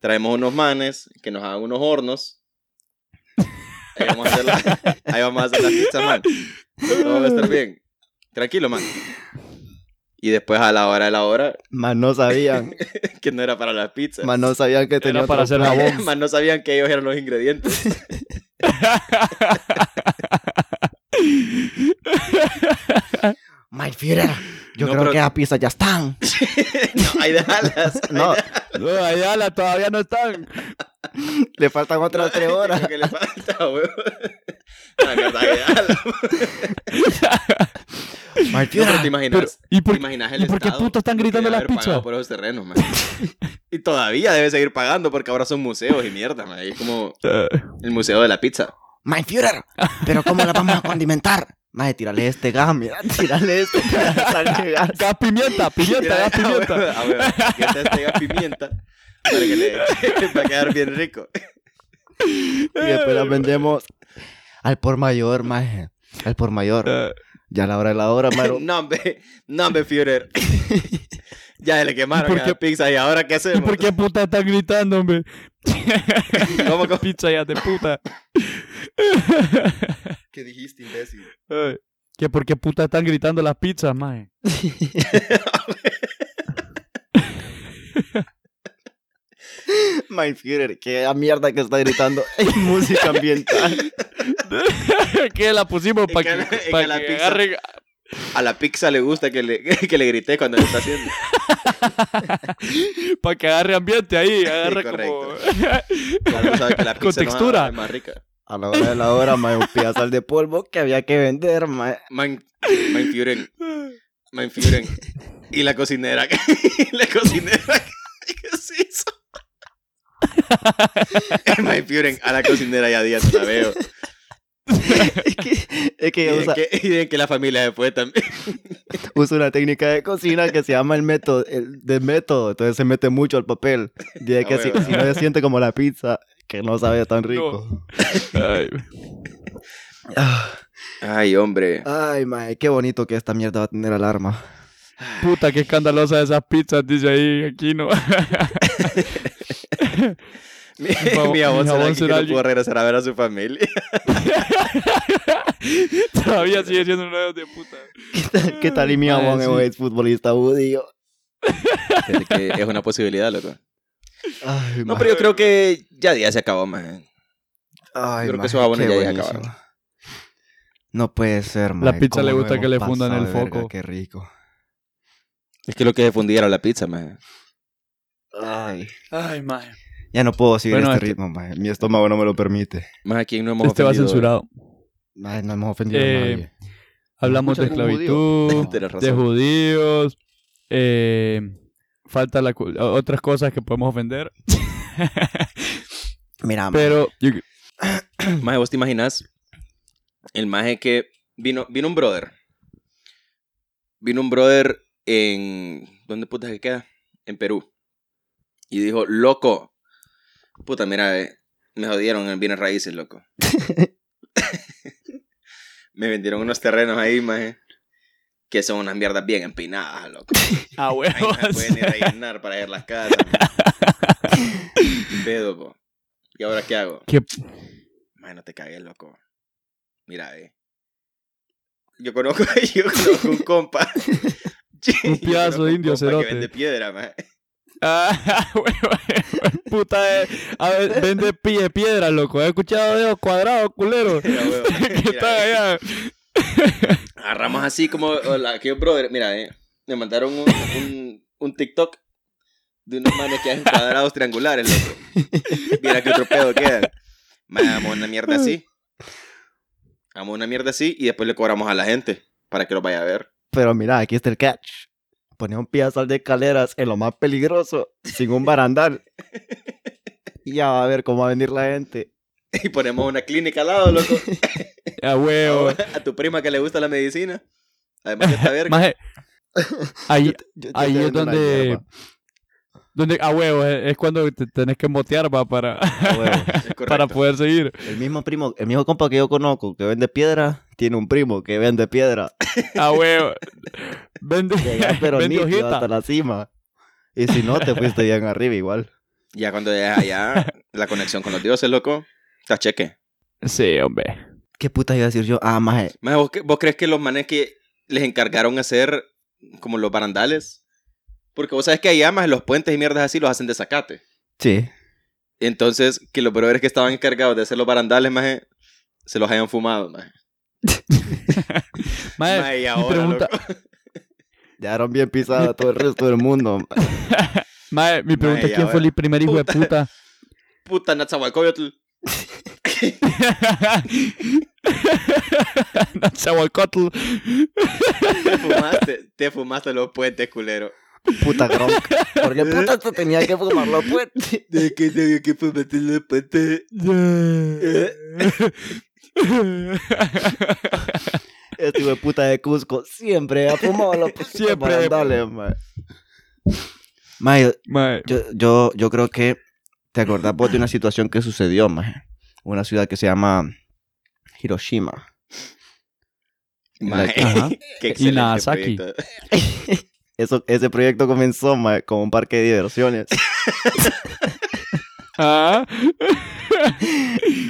S5: Traemos unos manes que nos hagan unos hornos. Ahí vamos a hacer la, ahí vamos a hacer la pizza, man. Todo va a estar bien. Tranquilo, man. Y después a la hora de la hora,
S3: más no sabían,
S5: que no era para las pizzas.
S3: más no sabían que tenía
S2: Era para
S3: otro
S2: hacer
S3: plan.
S2: jabón.
S5: Más no sabían que ellos eran los ingredientes.
S4: My Führer,
S5: No,
S4: yo creo
S5: pero-
S4: que las pizzas ya están.
S5: No, ahí déjalas. ahí
S3: No,
S5: déjalas.
S2: No, ahí ala, todavía no están.
S3: le faltan otras tres horas.
S5: Lo que le falta, huevo. La verdad, ahí déjalas.
S3: My
S5: No, pero
S3: Führer,
S5: te imaginas.
S2: ah, Pero, ¿y por-
S5: te imaginas el
S2: y por qué
S5: estado
S2: putas están
S5: que
S2: gritando la
S5: debe haber
S2: pizza?
S5: pagado por esos terrenos, man. y todavía debe seguir pagando porque ahora son museos y mierda, man. Es como
S2: Eh,
S5: el museo de la pizza.
S4: My Führer, pero ¿cómo la vamos a condimentar?
S3: Maje, tírale este gas, mira, tírale este gas.
S2: Gas pimienta, pimienta, gas
S5: Mira, a
S2: pimienta.
S5: huevo, a huevo. Que te tenga pimienta para que le para quedar bien rico.
S3: Y después la vendemos al por mayor, maje. Al por mayor.
S2: Eh,
S3: Ya a la hora de la hora, maro.
S5: No, hombre, no, hombre, Führer. ya le quemaron
S2: por
S5: a
S2: qué-
S5: la pizza y ahora qué hacemos.
S2: ¿Y por qué puta están gritando, hombre?
S5: ¿Cómo, cómo?
S2: Pizza ya de puta.
S5: ¿Qué dijiste, imbécil?
S2: Eh, ¿Que por qué puta están gritando las pizzas, maje?
S3: My Führer, qué mierda que está gritando. Es música ambiental.
S2: que la pusimos
S5: Es
S2: para
S5: que
S2: que,
S5: la- es
S2: pa'
S5: que la
S2: que
S5: pizza-
S2: agarren-
S5: A la pizza le gusta que le, que le grité cuando lo está haciendo.
S2: para que agarre ambiente ahí, agarre como...
S5: correcto. Claro, sabe que la
S2: Con
S5: pizza no es-
S2: textura.
S5: es más rica.
S3: A la hora de la hora, maje, un pedazal de polvo que había que vender, maje.
S5: Mein, mein Führer. Mein Führer. Y la cocinera. y la cocinera. ¿Qué se hizo? mein Führer. A la cocinera ya día se la veo.
S3: Es que, es
S5: Y
S3: que
S5: dicen
S3: usa,
S5: que, y dicen que la familia se fue también.
S3: usa una técnica de cocina que se llama el método, el de método. Entonces se mete mucho al papel. Dice que si, si no se siente como la pizza, que no sabe tan rico.
S2: Ay,
S5: Ay, hombre.
S3: Ay, maje, qué bonito que esta mierda va a tener alarma.
S2: puta, qué escandalosa esas pizzas, dice ahí Aquino.
S5: Mi,
S2: favor,
S5: mi
S2: mi
S5: abuelo
S2: abuelo
S5: será alguien que
S2: será
S5: no
S2: alguien-
S5: pudo regresar a ver a su familia.
S2: Todavía sigue siendo un hijo de puta.
S3: ¿Qué tal y mi
S2: Maje,
S3: abón
S2: sí.
S3: es futbolista judío?
S5: es una posibilidad, loco.
S3: Ay,
S5: No,
S3: maje.
S5: pero yo creo que ya día se acabó, man.
S3: Ay,
S5: Creo que
S3: maje,
S5: esos jabones
S3: qué
S5: ya- ya
S3: buenísimo.
S5: acabaron.
S3: No puede ser, man.
S2: La pizza le gusta que le fundan el foco.
S3: qué rico.
S5: Es que lo que se fundía era la pizza, man.
S3: Ay.
S2: Ay, maje.
S3: Ya no puedo seguir
S2: Bueno,
S3: este
S2: este-
S3: ritmo, man. Mi estómago no me lo permite.
S5: Más aquí no hemos
S2: Este va
S5: ofendido, eh.
S2: censurado.
S3: Ay, no hemos ofendido
S2: Eh,
S3: a nadie.
S2: Hablamos de
S3: Escucha, como
S2: esclavitud,
S3: judío.
S5: Tenés razón.
S2: de judíos, eh, falta la cu- otras cosas que podemos ofender.
S4: Mira, man.
S2: Pero yo-
S5: Maje, ¿vos te imaginas? El maje que vino, vino un brother. Vino un brother en... ¿Dónde puta que queda? En Perú. Y dijo, loco. Puta, mira, eh, me jodieron en bienes raíces, loco. me vendieron unos terrenos ahí, maje. Que son unas mierdas bien empinadas, loco.
S2: ah,
S5: Ahí no se pueden ir a rellenar para ir a las casas. maje. Pedo, po. ¿Y ahora qué hago?
S2: que
S5: Maje, no te cagues, loco. Mira, eh. Yo conozco, yo conozco un compa.
S2: Un pedazo de indio
S5: cerote.
S2: cerote.
S5: Que vende piedra, maje.
S2: ah, huevo, puta, eh, a ver, vende pie piedra, loco. He escuchado de los cuadrados, culero.
S5: Mira, huevo.
S2: que
S5: Mira,
S2: está
S5: eh.
S2: allá.
S5: Agarramos así como o la- aquellos brothers. Mira, eh. Me mandaron un, un, un TikTok de unos manes que hacen cuadrados triangulares, loco. Mira qué otro pedo quedan. Maje, hagamos una mierda así. Hagamos una mierda así y después le cobramos a la gente para que lo vaya a ver.
S3: Pero mira, aquí está el catch. ponía un piedazal de escaleras en lo más peligroso, sin un barandal. Y ya va a ver cómo va a venir la gente.
S5: Y ponemos una clínica al lado, loco.
S2: A huevo.
S5: Ah,
S3: Ah,
S5: A tu prima que le gusta la medicina. Además de esta verga.
S2: Maje, ahí,
S3: Yo- yo
S2: ahí
S3: te
S2: es
S3: vendo la
S2: donde,
S3: hierba.
S2: donde. A huevo, es, es cuando te tenés que motear va, para,
S3: A huevo.
S5: Ah, Es correcto.
S2: para poder seguir.
S3: El mismo primo, el mismo compa que yo conozco que vende piedra, tiene un primo que vende piedra.
S2: A Ah, huevo. Vende,
S3: Llegás, pero
S2: vende
S3: nítido
S2: hojita.
S3: hasta la cima. Y si no, te fuiste bien arriba igual.
S5: Ya cuando llegas allá, la conexión con los dioses, loco, está cheque.
S2: Sí, hombre.
S3: ¿Qué puta iba a decir yo? Ah, maje,
S5: Maje, ¿vos, cre- vos crees que los manes que les encargaron hacer como los barandales? Porque vos sabes que allá, más los puentes y mierdas así los hacen de zacate.
S3: sí.
S5: Entonces, que los brothers que estaban encargados de hacer los barandales, maje, se los hayan fumado, maje.
S2: Maje,
S5: Maje, y
S2: mi
S5: ahora,
S2: pregunta-
S5: loco.
S3: Dejaron bien pisado a todo el resto del mundo. maje.
S2: Mae, mi pregunta
S5: Mae,
S2: es quién
S5: ya
S2: fue
S5: veo.
S2: el primer hijo de puta.
S5: Puta Natzahualcoyotl.
S2: Nachahualcotl.
S5: Te fumaste, te fumaste los puentes, culero.
S3: Puta gronk. Porque puta esto tenía que fumarlo, pues.
S5: De que tengo que fumarte los puentes.
S3: Este hijo de puta de Cusco siempre ha fumado los putos
S2: Siempre.
S3: barandales, maje. Maje,
S2: Mae,
S3: yo, yo, yo creo que te acordás vos de una situación que sucedió, maje. Una ciudad que se llama Hiroshima. En la que-
S2: Ajá.
S5: Qué
S2: Y
S5: excelente
S2: Nagasaki.
S5: proyecto.
S3: Eso, ese proyecto comenzó ma, como un parque de diversiones.
S2: Ah.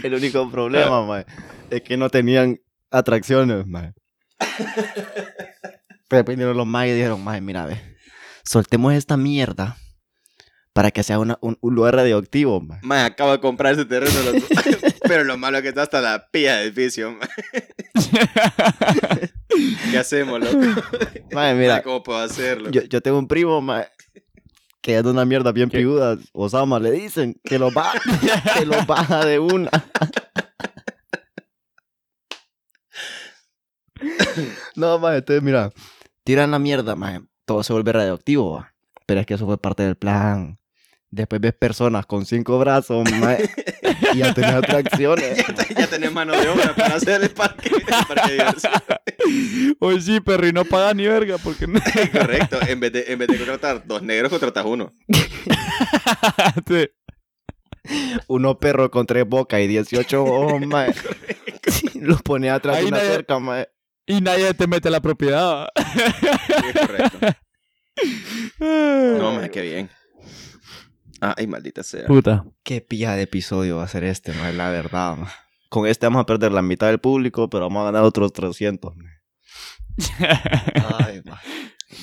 S3: El único problema ma, es que no tenían atracciones. Ma. Pero vinieron los más y dijeron, ma, mira, ve, soltemos esta mierda para que sea una- un, un lugar radioactivo. ma".
S5: Más acabo de comprar ese terreno, loco. pero lo malo que está hasta la pilla del edificio. man. ¿Qué hacemos, loco?
S3: Ma,
S5: Mira,
S3: mira,
S5: ¿cómo puedo hacerlo?
S3: yo, yo tengo un primo ma, que es de una mierda bien
S2: ¿Qué?
S3: piuda. Osama le dicen que lo baja, que lo baja de una. No, maje, entonces mira, tiran la mierda, maje. Todo se vuelve radioactivo, va. Pero es que eso fue parte del plan. Después ves personas con cinco brazos, maje, y ya tenés atracciones.
S5: Ya, te- ya tenés mano de obra para hacer el parque. el parque de diversión.
S2: Hoy sí, perro, y no pagas ni verga porque no.
S5: Correcto. En vez, de, en vez de contratar dos negros, contratas uno.
S2: Sí.
S3: Uno perro con tres bocas y 18 ojos, maje. Los pones atrás
S2: Ahí
S3: de una
S2: nadie-
S3: cerca, maje.
S2: Y nadie te mete la propiedad.
S5: Sí, correcto. No,
S2: No,
S5: más, qué bien. Ay, maldita sea.
S2: Puta.
S3: Qué pija de episodio va a ser este, maje, la verdad, maje. Con este vamos a perder la mitad del público, pero vamos a ganar otros 300, maje. Ay, maje.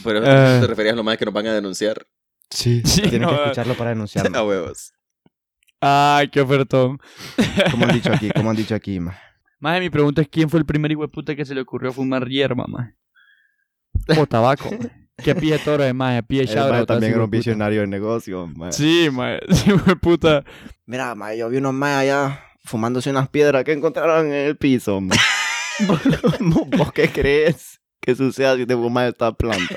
S5: Pero
S2: Eh.
S5: te referías a lo más que nos van a denunciar.
S3: Sí,
S2: Sí,
S3: tienes
S2: no,
S3: que
S2: eh.
S3: escucharlo para denunciarme.
S5: A huevos.
S2: Ay, qué ofertón.
S3: Como han dicho aquí, como han dicho aquí, maje.
S2: Mae, mi pregunta es quién fue el primer hijo de puta que se le ocurrió fumar hierba, mae. O tabaco, mae. Qué pie de toro de mae, pie de
S3: El maje
S2: chabra.
S3: también era un visionario de negocio, maje.
S2: Sí, mae. Sí, hijo de puta.
S3: Mira, ma, yo vi unos más allá fumándose unas piedras que encontraron en el piso. ma. ¿Vos vos qué crees que suceda si te fumas esta planta?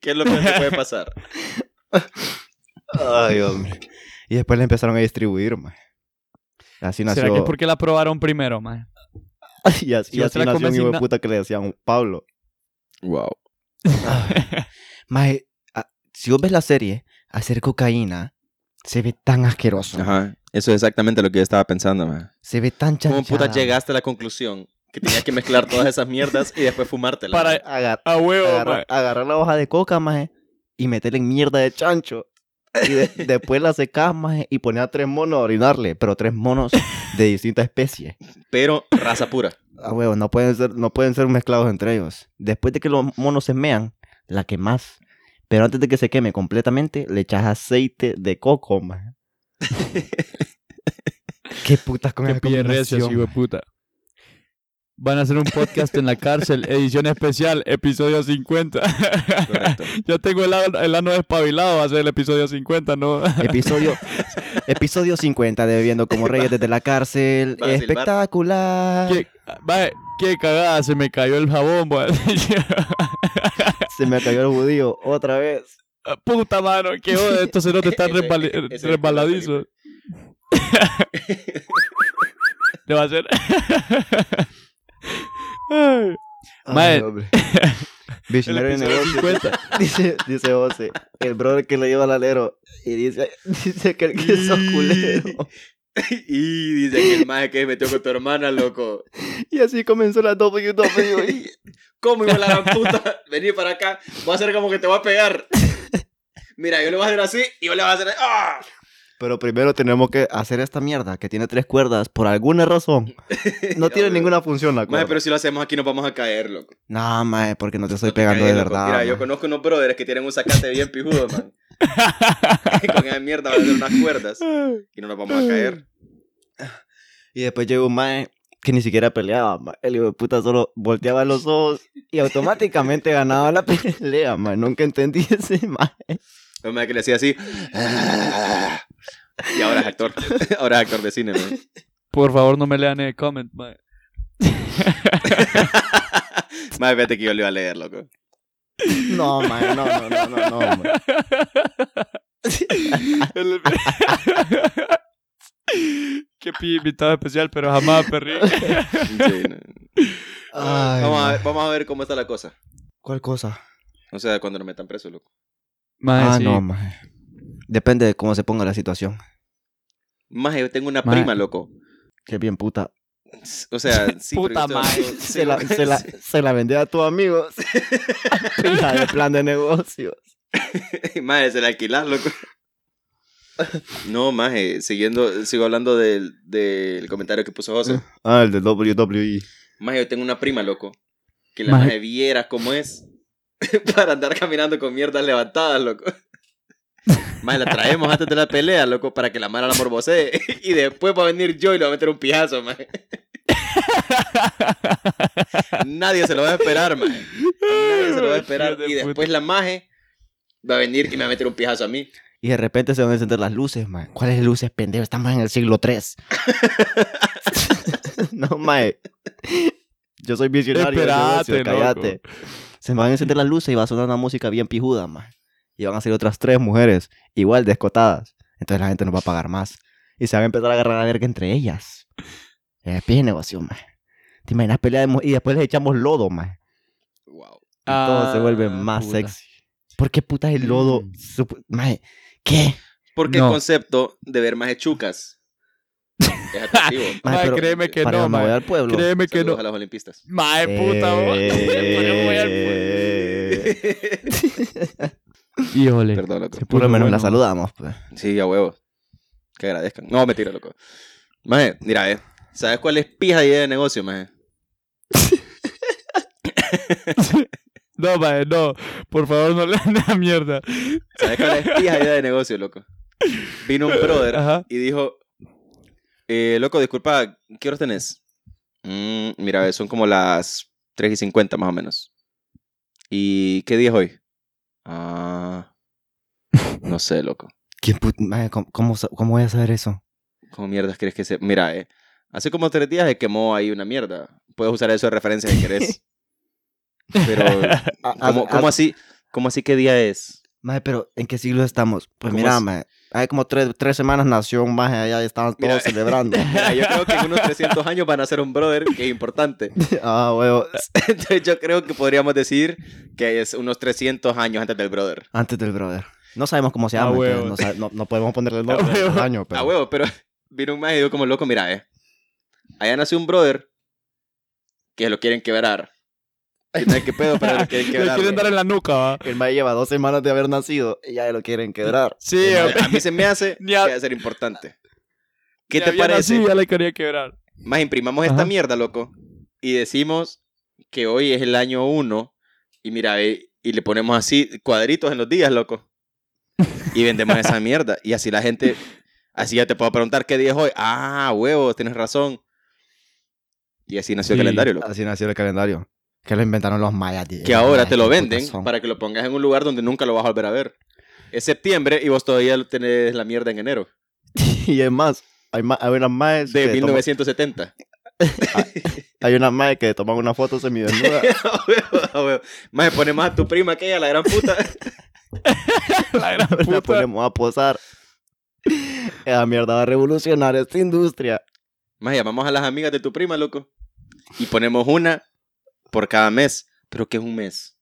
S5: ¿Qué es lo que te puede pasar?
S3: Ay, hombre. Y después le empezaron a distribuir, ma. Así
S2: ¿Será que es
S3: nació.
S2: porque la probaron primero, mae?
S3: Y así,
S2: si vos te
S3: así
S2: la
S3: nació un
S2: comes
S3: hijo
S2: sin
S3: de
S2: na-
S3: puta que le decían Pablo.
S5: Wow.
S3: Ma, eh, ah, si vos ves la serie, hacer cocaína se ve tan asqueroso.
S5: Ajá. Eso es exactamente lo que yo estaba pensando, man.
S3: Se ve tan chanchada.
S5: ¿Cómo puta llegaste a la conclusión? Que tenías que mezclar todas esas mierdas y después fumártelas.
S2: Para-
S5: Ah,
S3: Agar-
S2: A huevo,
S3: agarrar,
S2: mae.
S3: agarrar la hoja de coca, maje, y meterle en mierda de chancho. Y de- después la secás, maje, y poner a tres monos a orinarle, pero tres monos de distinta especie.
S5: Pero raza pura.
S3: Ah, huevo, no pueden ser, no pueden ser mezclados entre ellos. Después de que los monos se mean, la quemás. Pero antes de que se queme completamente, le echas aceite de coco, maje. Qué putas con
S2: Qué
S3: esa
S2: pie recio,
S3: combinación,
S2: hijo de
S3: maje.
S2: puta. Van a hacer un podcast en la cárcel, edición especial, episodio 50.
S5: Correcto.
S2: Yo tengo el, ano- el ano despabilado, va a ser el episodio 50, ¿no?
S3: Episodio, episodio 50 de Bebiendo como Reyes desde la cárcel.
S5: Vas a silbar.
S3: Espectacular.
S2: Qué, mae, qué cagada, se me cayó el jabón, mae.
S3: Se me cayó el judío otra vez.
S2: Ah, Puta mano, qué joder, estos cerotes están
S5: Ese-
S2: resbali-
S5: ese es el
S2: resbaladizos. Te va a hacer. Ay.
S3: Ay,
S2: Mae.
S3: hombre. Ah, Visionario de
S2: episodio
S3: negocios.
S2: 50.
S3: Dice, dice José, el brother que le lleva al alero. Y dice, dice que el que es culero.
S5: y dice que el maje que se metió con tu hermana, loco.
S3: Y así comenzó la
S5: E.
S3: WWE.
S5: ¿Cómo iba la gran puta? Vení para acá. Voy a hacer como que te voy a pegar. Mira, yo le voy a hacer así y yo le voy a hacer. ¡Ah!
S3: Pero primero tenemos que hacer esta mierda que tiene tres cuerdas por alguna razón. No tiene
S5: Ya,
S3: ninguna función la
S5: Maje,
S3: cuerda.
S5: pero si lo hacemos aquí nos vamos a caer, loco.
S3: No, mae, porque no te estoy
S5: Nos cae,
S3: pegando de
S5: loco.
S3: verdad.
S5: Mira,
S3: mae.
S5: yo conozco unos brothers que tienen un sacate bien pijudo, man. Con esa mierda van a hacer unas cuerdas y no nos vamos a caer.
S3: Y después llegó un mae que ni siquiera peleaba. mae. El hijo de puta solo volteaba los ojos y automáticamente ganaba la pelea, mae. Nunca entendí ese mae.
S5: El maje que le hacía así. "Ah". Y ahora es actor. Ahora es actor de cine, man.
S2: Por favor, no me lean el comment, mae.
S5: Maje, fíjate que yo le iba a leer, loco.
S3: No, mae, no, no, no, no, no, mae.
S2: El- Qué pi- invitado especial, pero jamás perdí.
S5: Sí, no.
S3: Ay,
S5: vamos, a
S3: mae.
S5: ver, vamos a ver cómo está la cosa.
S3: ¿Cuál cosa?
S5: O sea, cuando nos metan preso, loco.
S2: Mae,
S3: Ah,
S2: sí.
S3: no, mae. Depende de cómo se ponga la situación.
S5: Maje, yo tengo una
S2: Maje.
S5: prima, loco.
S3: Qué bien puta.
S5: O sea, sí, pero
S2: Puta
S5: yo estoy
S2: madre.
S5: hablando- sí,
S3: se, la,
S5: güey,
S3: se, la,
S5: sí.
S3: se la vendía a tus amigos. Pila de plan de negocio.
S5: Maje, se la alquilás, loco. No, maje, siguiendo, sigo hablando del, del comentario que puso José.
S3: Ah, el de WWE.
S5: Maje, yo tengo una prima, loco. Que la
S2: Maje.
S5: maje, viera cómo es para andar caminando con mierdas levantadas, loco. Maje, la traemos antes de la pelea, loco, para que la mala la morbosee. Y después va a venir yo y le va a meter un pijazo, maje. Nadie se lo va a esperar, maje. Nadie se lo va a esperar.
S2: Hijo de
S5: Y después
S2: puta.
S5: la maje va a venir y me va a meter un pijazo a mí.
S3: Y de repente se van a encender las luces, mae. ¿Cuáles luces, pendejo? Estamos en el siglo III. no, mae. Yo soy visionario. del
S2: Espérate,
S3: negocio,
S2: loco.
S3: cállate. Se van a encender las luces y va a sonar una música bien pijuda, mae. Y van a ser otras tres mujeres, igual descotadas. Entonces la gente nos va a pagar más. Y se van a empezar a agarrar a verga entre ellas. Es pie de negocio, mae. ¿Te imaginas pelear? de mu- Y después les echamos lodo, mae.
S5: Wow.
S3: Y todo se vuelve
S2: Ah,
S3: más
S2: puta.
S3: sexy. ¿Por qué putas el lodo?
S2: Mm.
S3: supo- Mae, ¿qué?
S5: Porque
S2: No.
S5: el concepto de ver más chucas es atractivo.
S3: Mae,
S2: Mae,
S3: pero-
S2: créeme que
S3: Para
S2: no,
S3: no,
S2: mae.
S3: al pueblo.
S2: Créeme que
S5: Saludos
S2: no.
S5: a los olimpistas.
S2: Mae, puta, vos.
S3: Eh,
S2: Híjole.
S5: Perdón, loco.
S2: Se
S3: Por
S2: puso
S3: lo menos la
S2: bueno.
S3: saludamos, pues.
S5: Sí, a huevo. Que agradezcan. No, mentira, loco. Maje, mira, eh. ¿Sabes cuál es pija idea de negocio, maje?
S2: No, mae, no. Por favor, no lean la mierda.
S5: ¿Sabes cuál es pija idea de negocio, loco? Vino un brother
S2: Ajá.
S5: y dijo, eh, loco, disculpa, ¿qué horas tenés? "Mm, mira, eh, son como las 3 y 50 más o menos. ¿Y qué día es hoy? Ah, no sé, loco.
S3: ¿Qué put- madre, ¿cómo, cómo, sa- cómo voy a saber eso?
S5: ¿Cómo mierdas crees que se...? Mira, eh, hace como tres días se quemó ahí una mierda. Puedes usar eso de referencia si querés. Pero,
S3: Ah,
S5: ¿cómo, cómo así? ¿Cómo así qué día es?
S3: Madre, pero ¿en qué siglo estamos? Pues
S5: ¿Cómo
S3: mira,
S5: es?
S3: madre. Hay como tres, tres semanas nació un maje allá y estaban todos
S5: Mira.
S3: celebrando.
S5: Mira, yo creo que en unos 300 años van a ser un brother que es importante.
S3: ah, huevo.
S5: Entonces yo creo que podríamos decir que es unos 300 años antes del brother.
S3: Antes del brother. No sabemos cómo se
S2: Ah,
S3: llama, entonces
S2: huevo.
S3: no, sa- no- no podemos ponerle el nombre
S2: Ah, huevo.
S3: del año,
S5: A
S3: pero...
S5: huevo, pero vino un maje y dijo como loco, mira, eh. Allá nació un brother que lo quieren quebrar. ¿Qué tal, qué pedo? Pero lo quieren
S2: Le
S5: quebrar.
S2: quieren dar en la nuca, va.
S3: El maje lleva dos semanas de haber nacido y ya lo quieren quebrar.
S2: Sí,
S5: A a mí se me hace
S2: Ni a-
S5: que va a ser importante. ¿Qué
S2: ya
S5: te
S2: habían
S5: parece?
S2: nacido, ya le quería quebrar.
S5: Más imprimamos esta
S2: Ajá.
S5: mierda, loco. Y decimos que hoy es el año 1. Y mira, ve, y le ponemos así cuadritos en los días, loco. Y vendemos esa mierda. Y así la gente. Así ya te puedo preguntar qué día es hoy. Ah, huevo, tienes razón. Y así nació
S2: Sí.
S5: el calendario, loco.
S3: Así nació el calendario. Que lo inventaron los mayas.
S2: Ah,
S5: Que ahora te lo venden para que lo pongas en un lugar donde nunca lo vas a volver a ver. Es septiembre y vos todavía lo tenés la mierda en enero
S3: Y es más, hay, ma- hay unas maes
S5: de
S3: que toman-
S5: 1970.
S3: Hay una madre que toman una foto semidesnuda.
S5: A huevo, a huevo. Maje, pone más a tu prima que ella, la gran puta.
S2: La gran
S3: la
S2: puta.
S3: ponemos a posar. Esa mierda va a revolucionar esta industria.
S5: Maje, llamamos a las amigas de tu prima, loco. Y ponemos una por cada mes. ¿Pero qué es un mes?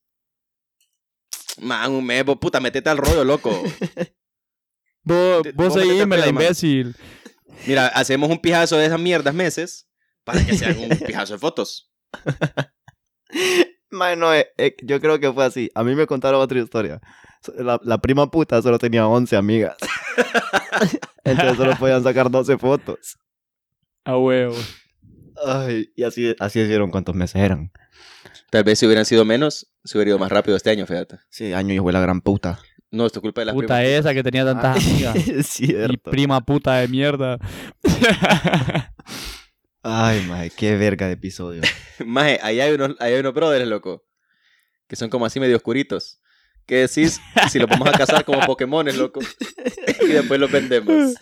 S5: Man, un mes, vos, puta, metete al rollo, loco.
S2: Vos,
S5: Te-
S2: vos
S5: vos metete
S2: seguime, la
S5: pedo, man.
S2: imbécil.
S5: Mira, hacemos un pijazo de esas mierdas meses para que sean un pijazo de fotos.
S3: Mae, no, eh, eh, yo creo que fue así. A mí me contaron otra historia. So- La, la prima puta solo tenía 11 amigas. Entonces solo podían sacar 12 fotos.
S2: A Ah, huevo.
S3: Ay, y así, así hicieron cuántos meses eran.
S5: Tal vez si hubieran sido menos, se hubiera ido más rápido este año, fíjate.
S3: Sí, año hijo de la gran puta.
S5: No, esto es culpa de las
S2: Puta
S5: primas.
S2: esa que tenía tantas amigas.
S3: Es
S2: Y
S3: Ah, cierto.
S2: prima puta de mierda.
S3: Ay, mae, qué verga de episodio.
S5: Maje, ahí hay, unos, ahí hay unos brothers, loco. Que son como así medio oscuritos. ¿Qué decís? Si los vamos a cazar como Pokémones, loco. y después los vendemos.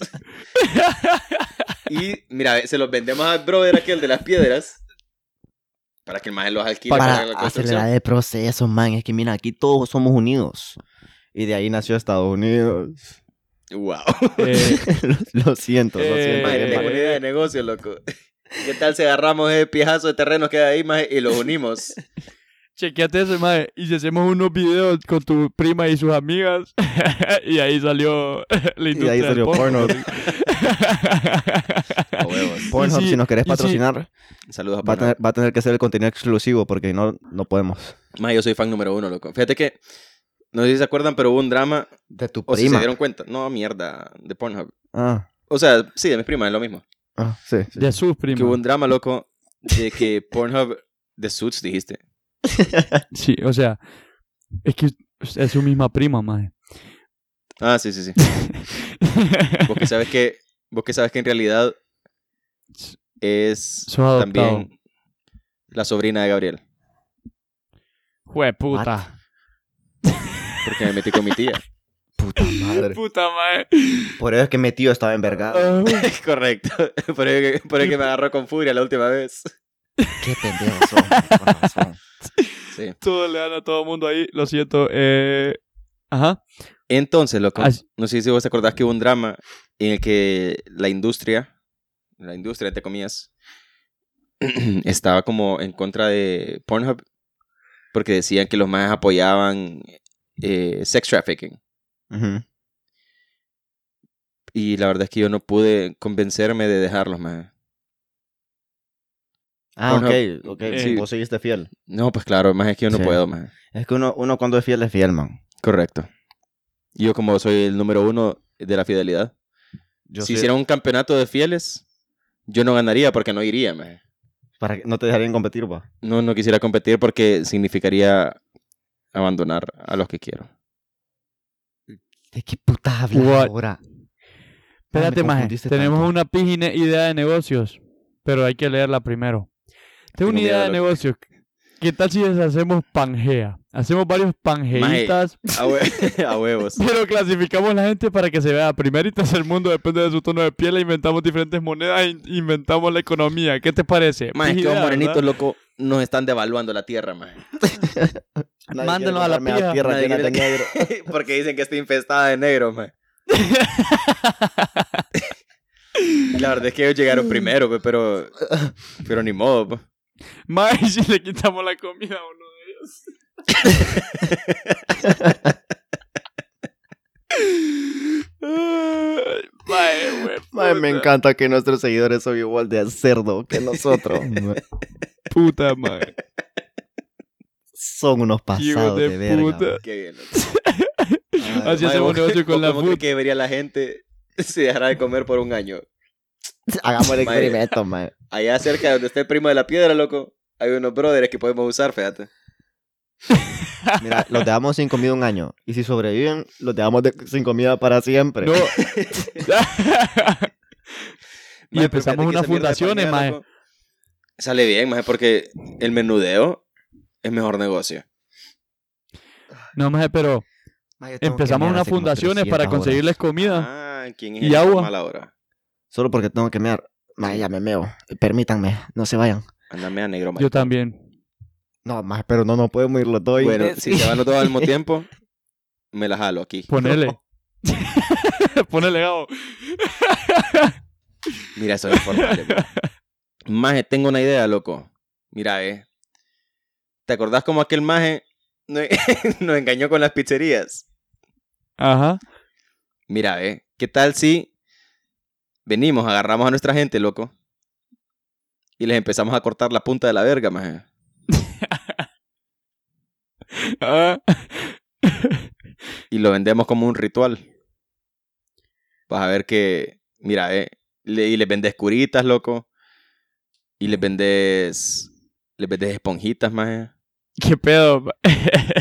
S5: y mira, se los vendemos al brother aquel de las piedras. Para que el maje los alquile para,
S3: Para
S5: la construcción.
S3: acelerar el proceso, man. Es que mira, aquí todos somos unidos. Y de ahí nació Estados Unidos.
S5: Wow.
S2: Eh,
S3: lo, lo siento, lo
S2: Eh,
S3: siento.
S5: Maje,
S3: qué
S5: tengo
S3: mal.
S5: una idea de negocio, loco. ¿Qué tal si agarramos ese pijazo de terrenos que hay ahí, maje, y los unimos?
S2: chequeate eso, madre. Y si hacemos unos videos con tu prima y sus amigas. y ahí salió la
S3: Y de
S2: industria
S3: ahí
S2: del
S3: salió
S2: porno.
S3: porno.
S5: A huevos.
S3: Pornhub,
S2: Y si-
S3: si nos querés
S2: y si-
S3: patrocinar,
S5: Saludos
S3: va,
S5: a
S3: a
S5: Pornhub.
S3: tener, va a tener que ser el contenido exclusivo porque no, no podemos.
S5: Más yo soy fan número uno, loco. Fíjate que, no sé si se acuerdan, pero hubo un drama,
S3: De tu
S5: o si se dieron cuenta. No, mierda, de Pornhub.
S3: Ah,
S5: O sea, sí, de mis primas, es lo mismo.
S3: ah, sí. sí.
S2: De sus
S5: Que hubo
S2: primas.
S5: un drama, loco, de que Pornhub, de Suits, dijiste.
S2: Sí, o sea. Es que es su misma prima, madre.
S5: Ah, sí, sí, sí. Vos que sabes que, vos que, sabes que en realidad es
S2: Sos adoptado.
S5: también la sobrina de Gabriel.
S2: Jue puta.
S5: Porque me metí con mi tía.
S3: Puta madre.
S2: Puta, madre.
S3: Por eso es que mi tío estaba envergado.
S5: Correcto. Por eso que, por eso que me agarró con furia la última vez.
S3: Qué pendejo son, con razón.
S5: Sí.
S2: todo le dan a todo mundo ahí. Lo siento. Eh... Ajá.
S5: Entonces, loco,
S2: Así-
S5: no sé si vos te acordás que hubo un drama en el que la industria, la industria, entre comillas, estaba como en contra de Pornhub porque decían que los más apoyaban eh, sex trafficking.
S3: Ujú.
S5: Y la verdad es que yo no pude convencerme de dejarlos más.
S3: Ah,
S5: Pornhub.
S3: ok, ok.
S5: Eh,
S3: Vos seguiste fiel.
S5: No, pues claro, más es que yo no
S3: Sí.
S5: puedo más.
S3: Es que uno, uno cuando es fiel es fiel, man.
S5: Correcto. Yo como soy el número uno de la fidelidad,
S3: Yo
S5: si
S3: soy-
S5: hicieran un campeonato de fieles, yo no ganaría porque no iría, más.
S3: Para que no te dejarían competir, va.
S5: No, no quisiera competir porque significaría abandonar a los que quiero.
S3: ¿De qué putas
S2: hablas What?
S3: ahora?
S2: Espérate, maje. Tenemos una pijine idea de negocios. Pero hay que leerla primero. Tengo una
S5: miedo,
S2: idea de
S5: loco.
S2: negocios. ¿Qué tal si hacemos Pangea? Hacemos varios pangeitas,
S5: A, hue- a huevos.
S2: pero clasificamos la gente para que se vea primer y tercer mundo, depende de su tono de piel, e inventamos diferentes monedas, e in- inventamos la economía. ¿Qué te parece?
S5: Más es que
S2: Pijidea,
S5: los
S2: ¿verdad?
S5: morenitos, loco, nos están devaluando la tierra, más.
S2: Mándenlo a la pija.
S3: tierra
S5: Nadie
S3: llena de negro.
S5: quiere- Porque dicen que está infestada de negros, más. la verdad es que ellos llegaron primero, pe, pero, pero ni modo. pe.
S2: Maje, ¿y si le quitamos la comida a uno de ellos. Ay, mae, güey,
S3: Mae, me
S2: puta.
S3: encanta que nuestros seguidores son igual de cerdo que nosotros.
S2: Puta madre.
S3: son unos pasados de,
S2: de
S3: verga.
S2: puta.
S3: man.
S5: Qué bien. loco.
S3: Ay,
S2: Así hacemos
S5: vos-
S2: negocio con
S5: vos
S2: la
S5: cómo crees
S2: food.
S5: que vería la gente si dejara de comer por un año?
S3: Hagamos el
S5: Mae.
S3: experimento, man.
S5: Allá cerca de donde está el primo de la piedra, loco, hay unos brothers que podemos usar, fíjate.
S3: Mira, los dejamos sin comida un año. Y si sobreviven, los dejamos de- sin comida para siempre.
S2: No. y
S5: Mae, pero fíjate
S2: empezamos unas
S5: que esa mierda de
S2: fundaciones,
S5: Pangea,
S2: mae.
S5: loco, Sale bien, mae, porque el menudeo es mejor negocio.
S2: No, mae, pero
S3: Ma, yo tengo que
S2: empezamos
S3: mear
S2: unas
S3: hace como
S2: fundaciones
S3: 300
S2: para
S3: horas.
S2: conseguirles comida.
S5: Ah, ¿quién es
S2: Y
S5: el
S2: agua.
S5: mala hora?
S3: Solo porque tengo que mear.
S4: Mae, ya me meo. Permítanme, no se vayan.
S5: Andame a negro,
S2: Yo también.
S3: No, más, pero no, no podemos ir los dos.
S5: Bueno,
S4: Sí.
S5: si se van los dos al mismo tiempo, me la jalo aquí.
S2: Ponele. Ponele, Gabo.
S5: Mira, eso es informal. maje, tengo una idea, loco. Mira, eh. ¿Te acordás como aquel maje no- nos engañó con las pizzerías?
S2: Ajá.
S5: Mira, eh. ¿Qué tal si venimos, agarramos a nuestra gente, loco? Y les empezamos a cortar la punta de la verga, maje.
S2: Ah,
S5: y lo vendemos como un ritual. Vas a ver que, mira, eh, le- y les vendes curitas, loco. Y les vendes, les vendes esponjitas, más.
S2: ¿Qué pedo? ma?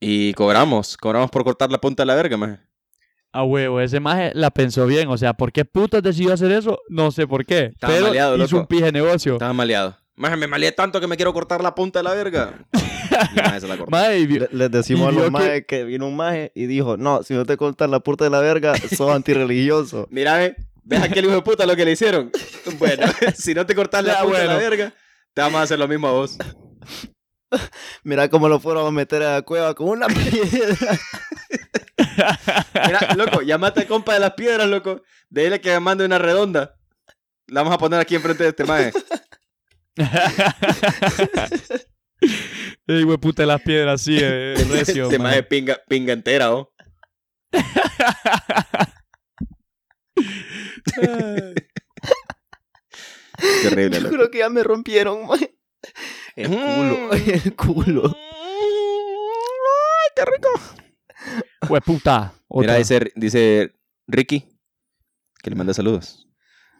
S5: Y cobramos, cobramos por cortar la punta de la verga, más.
S2: A Ah, huevo, ese maje la pensó bien. O sea, ¿por qué putas decidió hacer eso? No sé por qué.
S5: Estaba
S2: pero
S5: maleado,
S2: hizo
S5: loco.
S2: un pije negocio.
S5: Estaba maleado. Más me maleé tanto que me quiero cortar la punta de la verga. Y maje, se la cortó.
S2: Maje, y vio-
S3: Le- les decimos
S2: Y
S3: a los
S2: vio que-
S3: majes que vino un maje y dijo, no, si no te cortas la puerta de la verga, sos antirreligioso.
S5: Mira, eh, ves aquel hijo de puta lo que le hicieron. Bueno, si no te cortas la
S2: Ya,
S5: punta de la
S2: Ah, bueno.
S5: verga, te vamos a hacer lo mismo a vos.
S3: Mira cómo lo fueron a meter a la cueva con una piedra.
S5: Mira, loco, llamate al compa de las piedras, loco. De él que me mande una redonda. La vamos a poner aquí enfrente de este maje.
S2: Ey, güey, puta, las piedras, sí, eh, recio,
S5: este
S2: ma.
S5: maje pinga, pinga entera, oh. Terrible,
S4: Yo
S5: loco.
S4: creo que ya me rompieron, mae.
S5: El
S4: Culo,
S3: Mm.
S4: el culo.
S2: Güey, puta.
S5: Mira,
S2: otra.
S5: dice, dice Ricky que le manda saludos. Que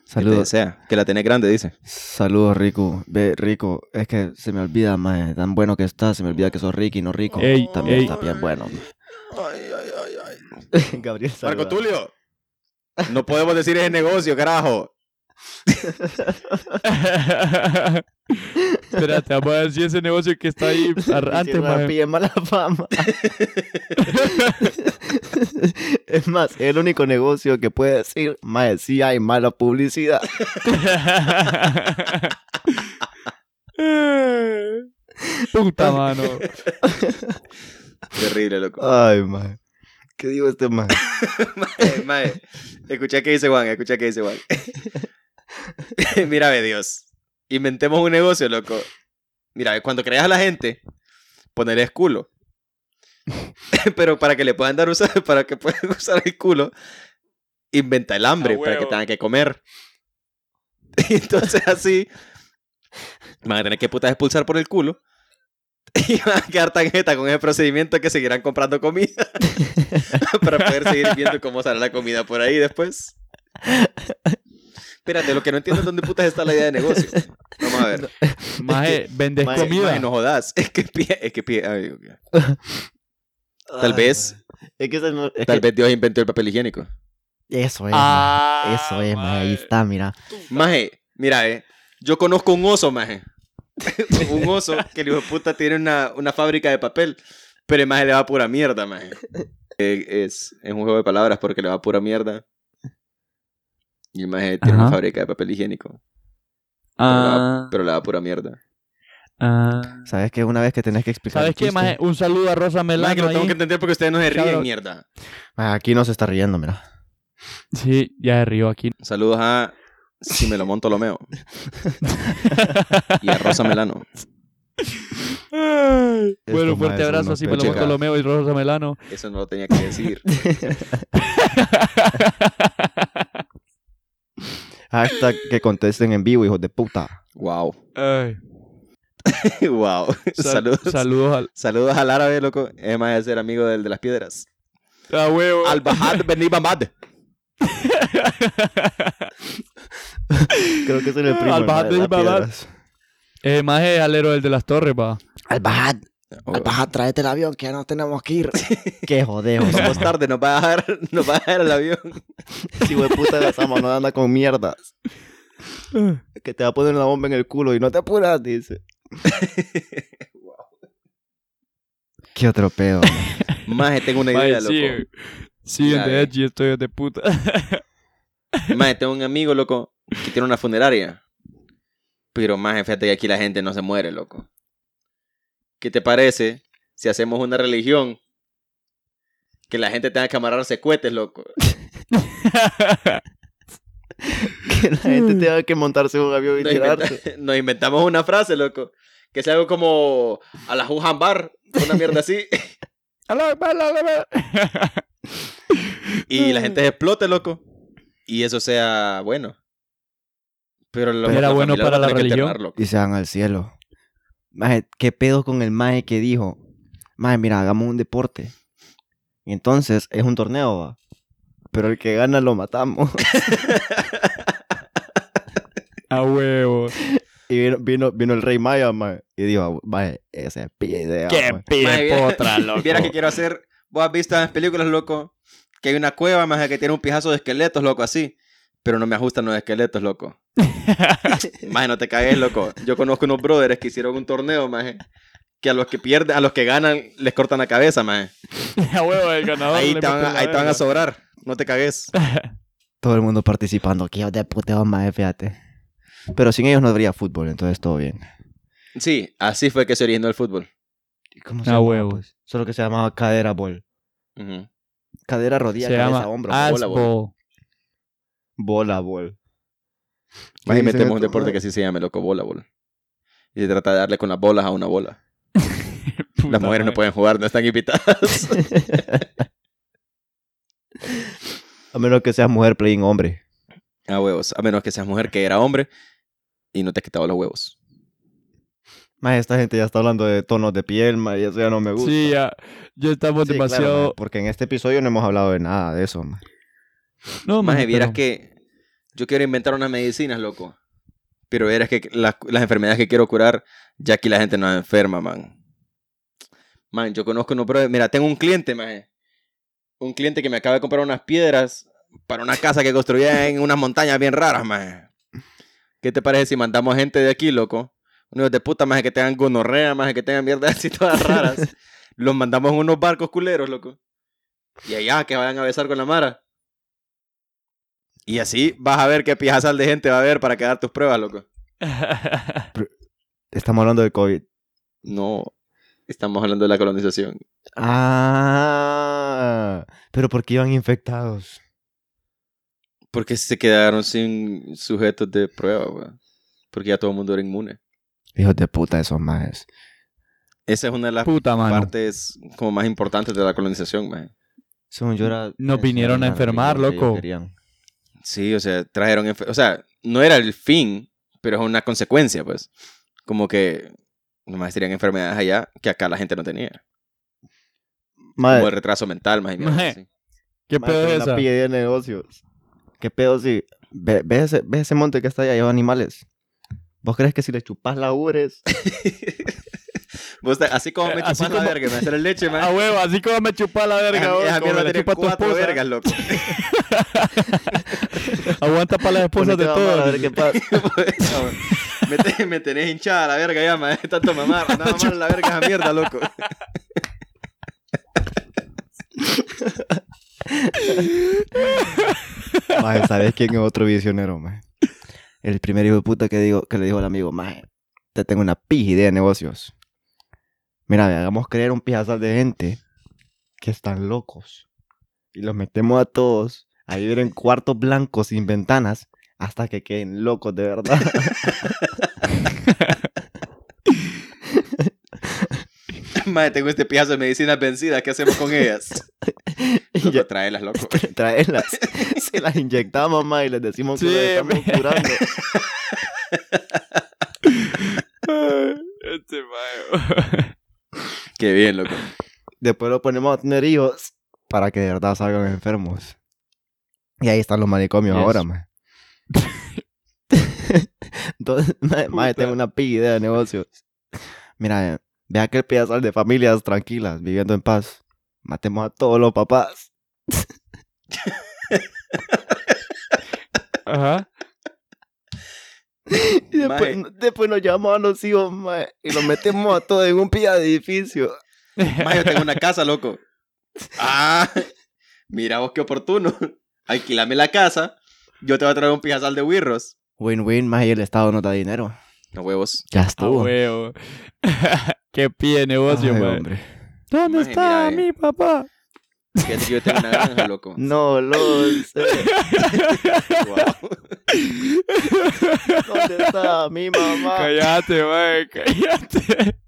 S5: te
S3: Saludos.
S5: desea. Que la tenés grande, dice.
S3: Saludos, Rico. Ve, Rico. Es que se me olvida, maje. Tan bueno que estás. Se me olvida que sos Ricky, no Rico.
S2: Ey,
S3: También
S2: ey.
S3: está bien bueno.
S5: Ay, ay, ay, ay.
S3: Gabriel,
S5: Marco Tulio. No podemos decir ese negocio, carajo.
S2: Espérate, vamos a ver si ese negocio que está ahí ar- antes,
S3: más
S2: maje.
S3: pide mala fama. es más, es el único negocio que puede decir, maje, sí hay mala publicidad.
S2: Puta mano.
S5: Terrible, loco.
S3: Ay, maje. ¿Qué digo este maje?
S5: Eh, Mae, escuché que dice Juan, escuché que dice Juan. Mira, ve Dios. Inventemos un negocio, loco. Mira, ve, cuando creas a la gente, ponerles culo. Pero para que le puedan dar usar, para que puedan usar el culo, inventa el hambre
S2: A
S5: para que
S2: huevo.
S5: tengan que comer. Y entonces así van a tener que putas expulsar por el culo. Y van a quedar tan jeta con ese procedimiento que seguirán comprando comida para poder seguir viendo cómo sale la comida por ahí después. Espérate, lo que no entiendo es dónde putas está la idea de negocio. Vamos a ver.
S2: Maje, vendes
S3: maje,
S2: comida.
S5: Ay, no jodas. Es que pie- es que pie- ay, ok. Tal
S3: Ay,
S5: vez,
S3: maje. Es que ese no- es
S5: tal
S3: que-
S5: vez Dios inventó el papel higiénico.
S3: Eso es. maje.
S2: Ah,
S3: Eso es, maje. Ahí
S2: maje.
S3: está, mira.
S5: Maje, mira, eh. Yo conozco un oso, maje. un oso que el hijo de puta tiene una, una fábrica de papel. Pero el maje le va pura mierda, maje. Eh, es, es un juego de palabras porque le va pura mierda. Y el maje tiene una
S2: Ajá.
S5: fábrica de papel higiénico. Pero, le va-
S2: Ah,
S5: pero le va pura mierda.
S2: ah.
S3: ¿Sabes que Una vez que tenés que explicar.
S2: ¿Sabes
S3: un
S2: qué,
S3: chiste-
S2: maje? Un saludo a Rosa
S5: Maje, que
S2: Melano
S5: lo tengo
S2: ahí.
S5: que entender porque ustedes no se ríen,
S2: Cabrón.
S5: mierda.
S3: Maje, aquí no se está riendo, mira.
S2: Sí, ya se rió aquí.
S5: Saludos a Si me lo monto, lo meo. y a Rosa Melano.
S2: Ay.
S3: Estos
S2: Bueno,
S3: maes
S2: fuerte
S3: son
S2: abrazo,
S3: unos
S2: así me lo
S5: pechecas.
S2: monto Lomeo y Rosa Melano.
S5: Eso no lo tenía que decir.
S3: Hashtag que contesten en vivo, hijos de puta.
S5: Wow.
S2: Ay.
S5: wow.
S2: Sal-
S5: saludos.
S2: Saludos al.
S5: saludos al árabe, loco. Es más de ser amigo del de las piedras.
S2: A huevo.
S5: Al Bahad Ben Mamad.
S3: Creo que es el primo.
S2: Al
S3: el maje
S2: Bad
S3: de las
S2: Bad Bad.
S3: piedras.
S2: Eh, más es alero el de las torres, va.
S4: Al bajar,
S5: Oh.
S4: al bajar, tráete el avión que ya no tenemos que ir.
S3: Qué jodeo.
S5: Vamos tarde, nos va a dejar, nos va a dejar el avión.
S3: Si de puta la sama no anda con mierdas. Que te va a poner una bomba en el culo y no te apuras, dice. Qué otro pedo. man.
S5: Maje, tengo una
S2: Maje,
S5: idea,
S2: sí,
S5: loco.
S2: sí,
S5: Ya,
S2: de
S5: eh.
S2: edgy, estoy de puta.
S5: Mae, tengo un amigo, loco, que tiene una funeraria. Pero, más fíjate que aquí la gente no se muere, loco. ¿Qué te parece si hacemos una religión que la gente tenga que amarrarse cohetes, loco?
S3: Que la gente tenga que montarse en un avión y
S5: Nos, inventa-
S3: tirarse.
S5: nos inventamos una frase, loco. Que sea algo como a la Jujambar, una mierda así. y la gente se explote, loco. Y eso sea bueno. Pero lo
S2: Pero era bueno
S5: familia lo
S2: para
S5: va
S2: la
S5: a tener que
S2: religión.
S5: enterrar, loco.
S3: Y se van al cielo. Maje, ¿qué pedo con el maje que dijo? Maje, mira, hagamos un deporte. Y entonces es un torneo, va. Pero el que gana lo matamos.
S2: A huevo.
S3: Y vino, vino, vino el rey maya, maje. Y dijo, maje, ese es pide idea, maje".
S5: Mae,
S2: pie
S5: viera- Viera que quiero hacer. Vos has visto en las películas, loco, que hay una cueva más que tiene un pijazo de esqueletos, loco, así. Pero no me ajustan los esqueletos, loco. Más no te cagues, loco. Yo conozco unos brothers que hicieron un torneo, más que a los que pierden, a los que ganan, les cortan la cabeza, más.
S2: A huevo, el ganador.
S5: Ahí,
S2: le
S5: te van,
S2: mete
S5: a-
S2: la
S5: ahí te van
S2: verga.
S5: a sobrar. No te cagues.
S3: Todo el mundo participando. Que hijos de puteo, maje, fíjate. Pero sin ellos no habría fútbol, entonces todo bien.
S5: Sí, así fue que se originó el fútbol.
S3: ¿Y ¿Cómo
S2: Ah,
S3: llamaba,
S2: huevo.
S3: pues? Solo que se llamaba cadera bol.
S5: Ujú.
S3: Cadera, rodilla,
S2: Se
S3: cabeza,
S2: llama
S3: hombro.
S2: Asbo.
S5: bola, bola.
S3: Bola bol.
S5: Más
S3: Sí,
S5: y metemos un
S3: exacto.
S5: deporte que así se llame, loco, bola, bola. Y se trata de darle con las bolas a una bola.
S2: Puta
S5: Las mujeres no
S2: madre.
S5: pueden jugar, no están invitadas.
S3: A menos que seas mujer playing hombre.
S5: A huevos. A menos que seas mujer, que era hombre, y no te has quitado los huevos.
S3: Más esta gente ya está hablando de tonos de piel, más eso ya no me gusta.
S2: Sí, ya, ya estamos
S3: Sí, claro,
S2: demasiado.
S3: mae, porque en este episodio no hemos hablado de nada de eso. mae.
S2: no,
S5: Más
S2: maje,
S5: vieras
S2: pero-
S5: que yo quiero inventar unas medicinas, loco. Pero vieras que las, las enfermedades que quiero curar, ya aquí la gente no es enferma, man. Man, yo conozco uno, pero mira, tengo un cliente, man. Un cliente que me acaba de comprar unas piedras para una casa que construía en unas montañas bien raras, man. ¿Qué te parece si mandamos gente de aquí, loco? Unos de puta, más que tengan gonorrea, más que tengan mierdas así todas raras. Los mandamos en unos barcos culeros, loco. Y allá que vayan a besar con la mara. Y así vas a ver qué pijazal de gente va a haber para quedar tus pruebas, loco.
S3: Estamos hablando de COVID.
S5: No, estamos hablando de la colonización.
S3: Ah, pero porque iban infectados.
S5: Porque se quedaron sin sujetos de prueba, weón. Porque ya todo el mundo era inmune.
S3: Hijos de puta esos majes.
S5: Esa es una de las
S2: Puta mano.
S5: partes como más importantes de la colonización, man.
S3: Según yo era...
S2: Nos vinieron a
S3: era la
S2: enfermar,
S3: religión que ellos
S2: loco.
S3: querían.
S5: Sí, o sea, trajeron... enfer- O sea, no era el fin, pero es una consecuencia, pues. Como que nomás tenían enfermedades allá que acá la gente no tenía.
S3: Mae,
S5: Como el retraso mental, más y mierda
S2: Mae.
S5: así.
S2: ¿Qué
S3: mae,
S2: pedo
S3: con
S2: es
S3: la
S2: esa?
S3: pilla de negocios. ¿Qué pedo si... Ve, ve ese, ve ese monte que está allá, lleva animales. ¿Vos crees que si le chupas la ubres...
S5: Vos te- así como me
S2: Eh, así
S5: chupas la
S2: como- Ah,
S5: verga, me hacer el leche, man.
S2: A huevo, así como me chupa la verga,
S5: Esa-
S2: vos,
S5: esa
S2: como
S5: mierda
S2: le
S5: tiene
S2: chupa a tu
S5: cuatro
S2: esposa.
S5: vergas, loco.
S2: Aguanta para las esposas
S5: este
S2: de
S3: ponete a mamar A
S2: todos.
S3: ver qué pasa.
S5: pues, me, te- me tenés hinchada la verga ya, ma. Tanto mamar. Anda a mamar la verga esa mierda, loco.
S3: Maje, ¿sabes quién es otro visionero, maje? El primer hijo de puta que, digo, que le dijo al amigo, maje, te tengo una pija idea de negocios. Mira, ve, hagamos creer un pijazal de gente que están locos. Y los metemos a todos a vivir en cuartos blancos sin ventanas hasta que queden locos de verdad.
S5: Madre, tengo este pijazo de medicinas vencidas. ¿Qué hacemos con ellas?
S3: y
S5: Loco,
S3: ya
S5: tráelas, loco.
S3: traerlas. Se las inyectamos, maje, y les decimos que
S2: Sí,
S3: los estamos
S2: maje.
S3: curando.
S2: Este mayo.
S5: Qué bien, loco.
S3: Después lo ponemos a tener hijos para que de verdad salgan enfermos. Y ahí están los manicomios
S2: Yes.
S3: ahora, man. Entonces, mae, mae,
S2: Puta.
S3: tengo una pilla idea de negocios. Mira, eh, vea que el pedazal de familias tranquilas, viviendo en paz. Matemos a todos los papás.
S2: Ajá.
S3: Y después,
S5: Mae.
S3: después nos llamamos a los hijos, mae, y los metemos a todos en un pilla de edificio.
S5: Madre, yo tengo una casa, loco. Ah, mira vos qué oportuno. Alquilame la casa. Yo te voy a traer un pijazal de wirros.
S3: Win-win, más y el Estado no da dinero.
S5: No huevos.
S3: Ya
S2: Ah,
S3: estuvo.
S2: huevo. Qué pie de negocio,
S3: Ay,
S2: man.
S3: hombre.
S2: ¿Dónde
S5: Maje,
S2: está
S5: mira, eh.
S2: mi papá?
S5: Fíjate que yo tengo una granja, loco.
S3: No lo sé.
S5: Guau.
S3: ¿Dónde está mi mamá?
S2: Cállate, man, cállate.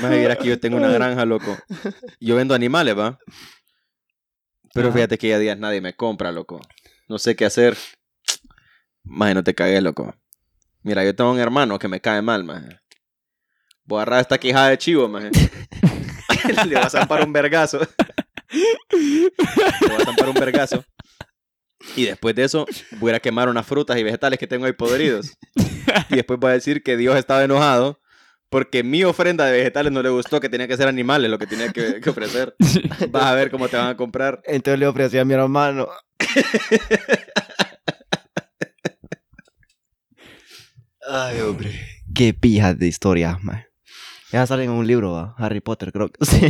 S5: Maje, vieras que yo tengo una granja, loco. Yo vendo animales, ¿va? Pero
S3: Ajá.
S5: fíjate que ya días nadie me compra, loco. No sé qué hacer. Maje, no te cagues, loco. Mira, yo tengo un hermano que me cae mal, maje. Voy a agarrar esta quijada de chivo, maje. Le voy a zampar un vergazo. Le voy a zampar un vergazo. Y después de eso, voy a ir a quemar unas frutas y vegetales que tengo ahí podridos. Y después voy a decir que Dios estaba enojado porque mi ofrenda de vegetales no le gustó, que tenía que ser animales lo que tenía que, que ofrecer. Vas a ver cómo te van a comprar.
S3: Entonces le ofrecí a mi hermano. Ay, hombre. Qué pijas de historias, man. Ya salen en un libro, ¿va? Harry Potter, creo que sí.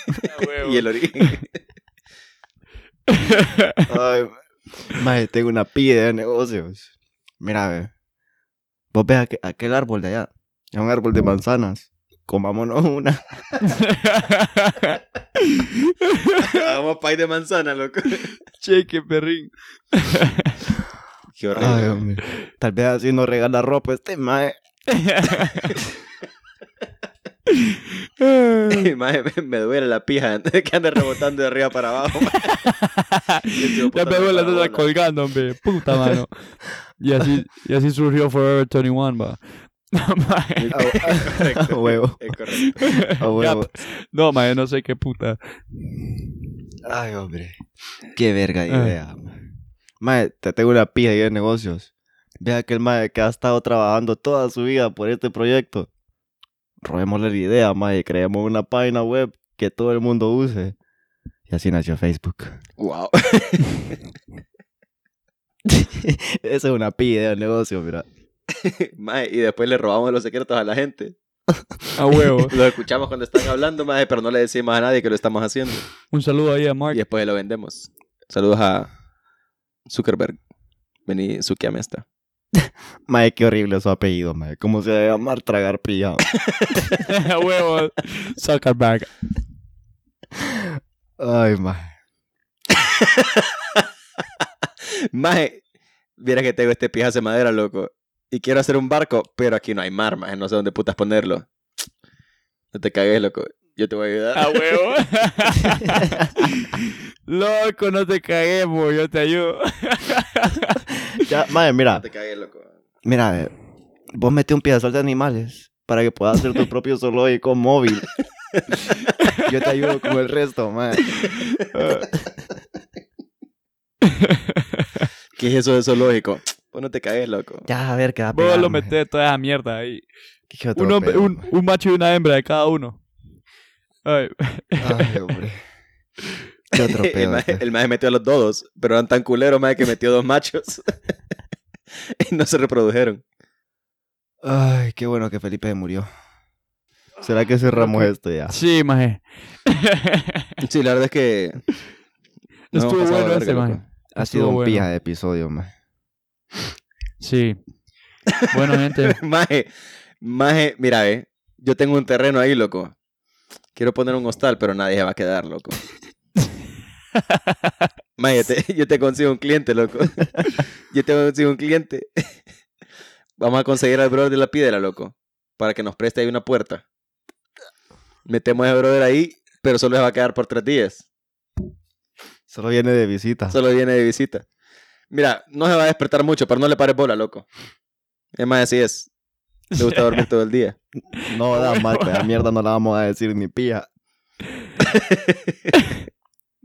S5: Y el origen.
S3: Ay, maje, tengo una pide de negocios. Mira, ve. Vos ves aqu- aquel árbol de allá. Es un árbol de manzanas. Comámonos una.
S5: Hagamos pay de manzana, loco.
S2: che, qué perrín.
S5: Qué
S3: Ay,
S5: horrible.
S3: hombre. Tal vez así nos regala ropa este mae.
S5: Maje, me, me duele la pija que anda rebotando de arriba para abajo.
S2: Ya me duele la nota colgando, hombre. Puta mano. Y así, y así surgió Forever 21, va. No, mae.
S5: Correcto.
S3: A huevo.
S5: Es correcto.
S3: A huevo.
S2: Gap. pues. No, mae, no sé qué puta.
S3: Ay, hombre. Qué verga de idea. mae. Mae, te tengo una pija ahí de negocios. Ve aquel mae que ha estado trabajando toda su vida por este proyecto. Robémosle la idea, mae. Creemos una página web que todo el mundo use. Y así nació Facebook.
S5: Wow.
S3: Esa es una pija idea de negocio, mira.
S5: Maje, y después le robamos los secretos a la gente.
S2: A huevo.
S5: Los escuchamos cuando están hablando, maje, pero no le decimos a nadie que lo estamos haciendo.
S2: Un saludo ahí a
S5: Y
S2: Mark.
S5: después lo vendemos. Saludos a Zuckerberg. Vení, suqueame esta.
S3: Mae, qué horrible su apellido, mae. ¿Cómo se debe llamar tragar pija?
S2: A huevo. Zuckerberg.
S3: Ay, mae.
S5: Maje, viera que tengo este pijazo de madera, loco. Y quiero hacer un barco, pero aquí no hay mar, maje. No sé dónde putas ponerlo. No te cagues, loco. Yo te voy a ayudar.
S2: A huevo. Loco, no te caguemos, yo te ayudo.
S3: Ya, mae, mira.
S5: No te cagues, loco.
S3: Mira, eh, vos mete un pedazal de animales para que puedas hacer tu propio zoológico móvil. Yo te ayudo con el resto, mae.
S5: ¿Qué es eso de zoológico? Pues no te cagues, loco.
S3: Ya, a ver, qué va a
S2: Vos
S3: pegar,
S2: lo
S3: mae.
S2: metés toda esa mierda ahí.
S3: Qué otro
S2: Un, hombre-
S3: pedo,
S2: un,
S3: mae.
S2: un macho y una hembra de cada uno. Ay,
S3: Ay, hombre. Qué otro
S5: el,
S3: pedo, pues.
S5: maje,
S3: mae.
S5: el maje metió a los dodos, pero eran tan culeros, maje, que metió dos machos. y no se reprodujeron.
S3: Ay, qué bueno que Felipe murió. ¿Será que cerramos esto ya?
S2: sí, maje.
S5: Sí, la verdad es que... nos hemos
S2: Estuvo
S5: pasado de
S2: bueno
S5: verga,
S2: ese,
S5: loco.
S2: maje.
S3: Ha sido
S2: Estuvo
S3: un
S2: bueno.
S3: pija de episodio, mae.
S2: Sí. Bueno, gente.
S5: Maje, maje, mira, eh. Yo tengo un terreno ahí, loco. Quiero poner un hostal, pero nadie se va a quedar, loco. Maje, te- yo te consigo un cliente, loco. Yo te consigo un cliente. Vamos a conseguir al brother de la piedra, loco. Para que nos preste ahí una puerta. Metemos al brother ahí, pero solo se va a quedar por tres días.
S3: Solo viene de visita.
S5: Solo viene de visita. Mira, no se va a despertar mucho, pero no le pares bola, loco. Es más, así es. Le gusta dormir todo el día.
S3: No da mal, la mierda no la vamos a decir ni pija.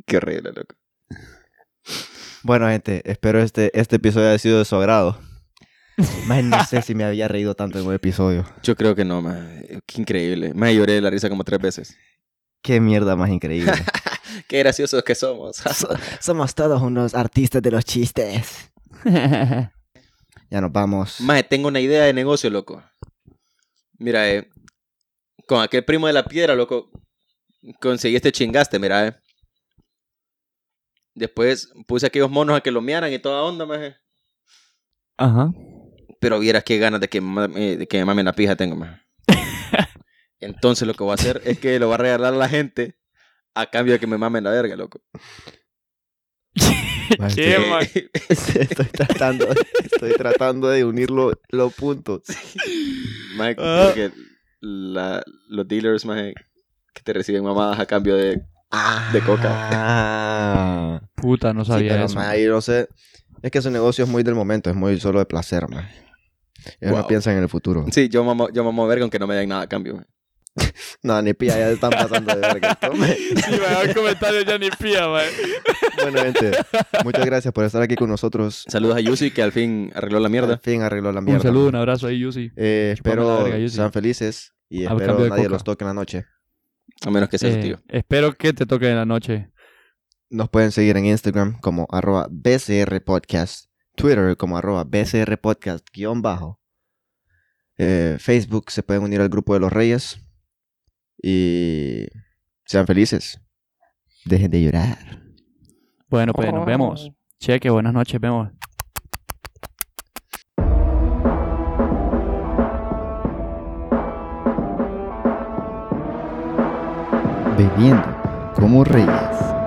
S5: Qué horrible, loco.
S3: Bueno, gente, espero este, este episodio haya sido de su agrado. Mae, no sé si me había reído tanto en un episodio.
S5: Yo creo que no, man. Qué increíble. Me lloré de la risa como tres veces.
S3: Qué mierda más increíble.
S5: Qué graciosos que somos.
S4: So- somos todos unos artistas de los chistes.
S3: ya nos vamos.
S5: Maje, tengo una idea de negocio, loco. Mira, eh, con aquel primo de la piedra, loco, conseguí este chingaste, mira, eh. Después puse a aquellos monos a que lo miaran y toda onda, maje.
S2: Ajá.
S5: Pero vieras qué ganas de que, ma- eh, de que me mamen la pija tengo, maje. Entonces lo que voy a hacer es que lo voy a regalar a la gente a cambio de que me mamen la verga, loco.
S3: Mae,
S2: ¿Qué,
S3: estoy-
S2: man?
S3: Este, Estoy tratando, estoy tratando de unir lo- los puntos.
S5: Maje,
S2: Ah.
S5: porque la- los dealers, maje, que te reciben mamadas a cambio de... De coca.
S3: Ah.
S2: Puta, no
S3: Sí,
S2: sabía
S3: pero,
S2: eso.
S3: mae, yo no sé. Es que su negocio es muy del momento, es muy solo de placer, man. Ellos no
S5: Wow.
S3: piensan en el futuro.
S5: Sí, yo mamo, yo mamo verga aunque no me den nada a cambio, maje.
S3: No, ni pilla, ya están pasando de verga. Tome.
S2: Sí, mae, un comentario ya ni pía, mae.
S3: Bueno, gente, muchas gracias por estar aquí con nosotros.
S5: Saludos a Yusi que al fin arregló la
S3: Al
S5: mierda.
S3: fin arregló la mierda.
S2: Un saludo, un abrazo ahí, Yusi.
S3: Eh,
S2: Chúpame la
S3: espero
S2: verga, yo sí.
S3: sean felices y
S2: Al
S3: espero
S2: cambio de
S3: nadie
S2: coca.
S3: los toque en la noche.
S5: A menos que sea su
S2: Eh,
S5: tío.
S2: espero que te toque en la noche.
S3: Nos pueden seguir en Instagram como arroba BCR Podcast, Twitter como arroba BCR Podcast guión bajo. Eh, Facebook se pueden unir al grupo de los reyes y sean felices. Dejen de llorar.
S2: Bueno, pues nos vemos. Cheque, buenas noches, vemos.
S3: Bebiendo como reyes.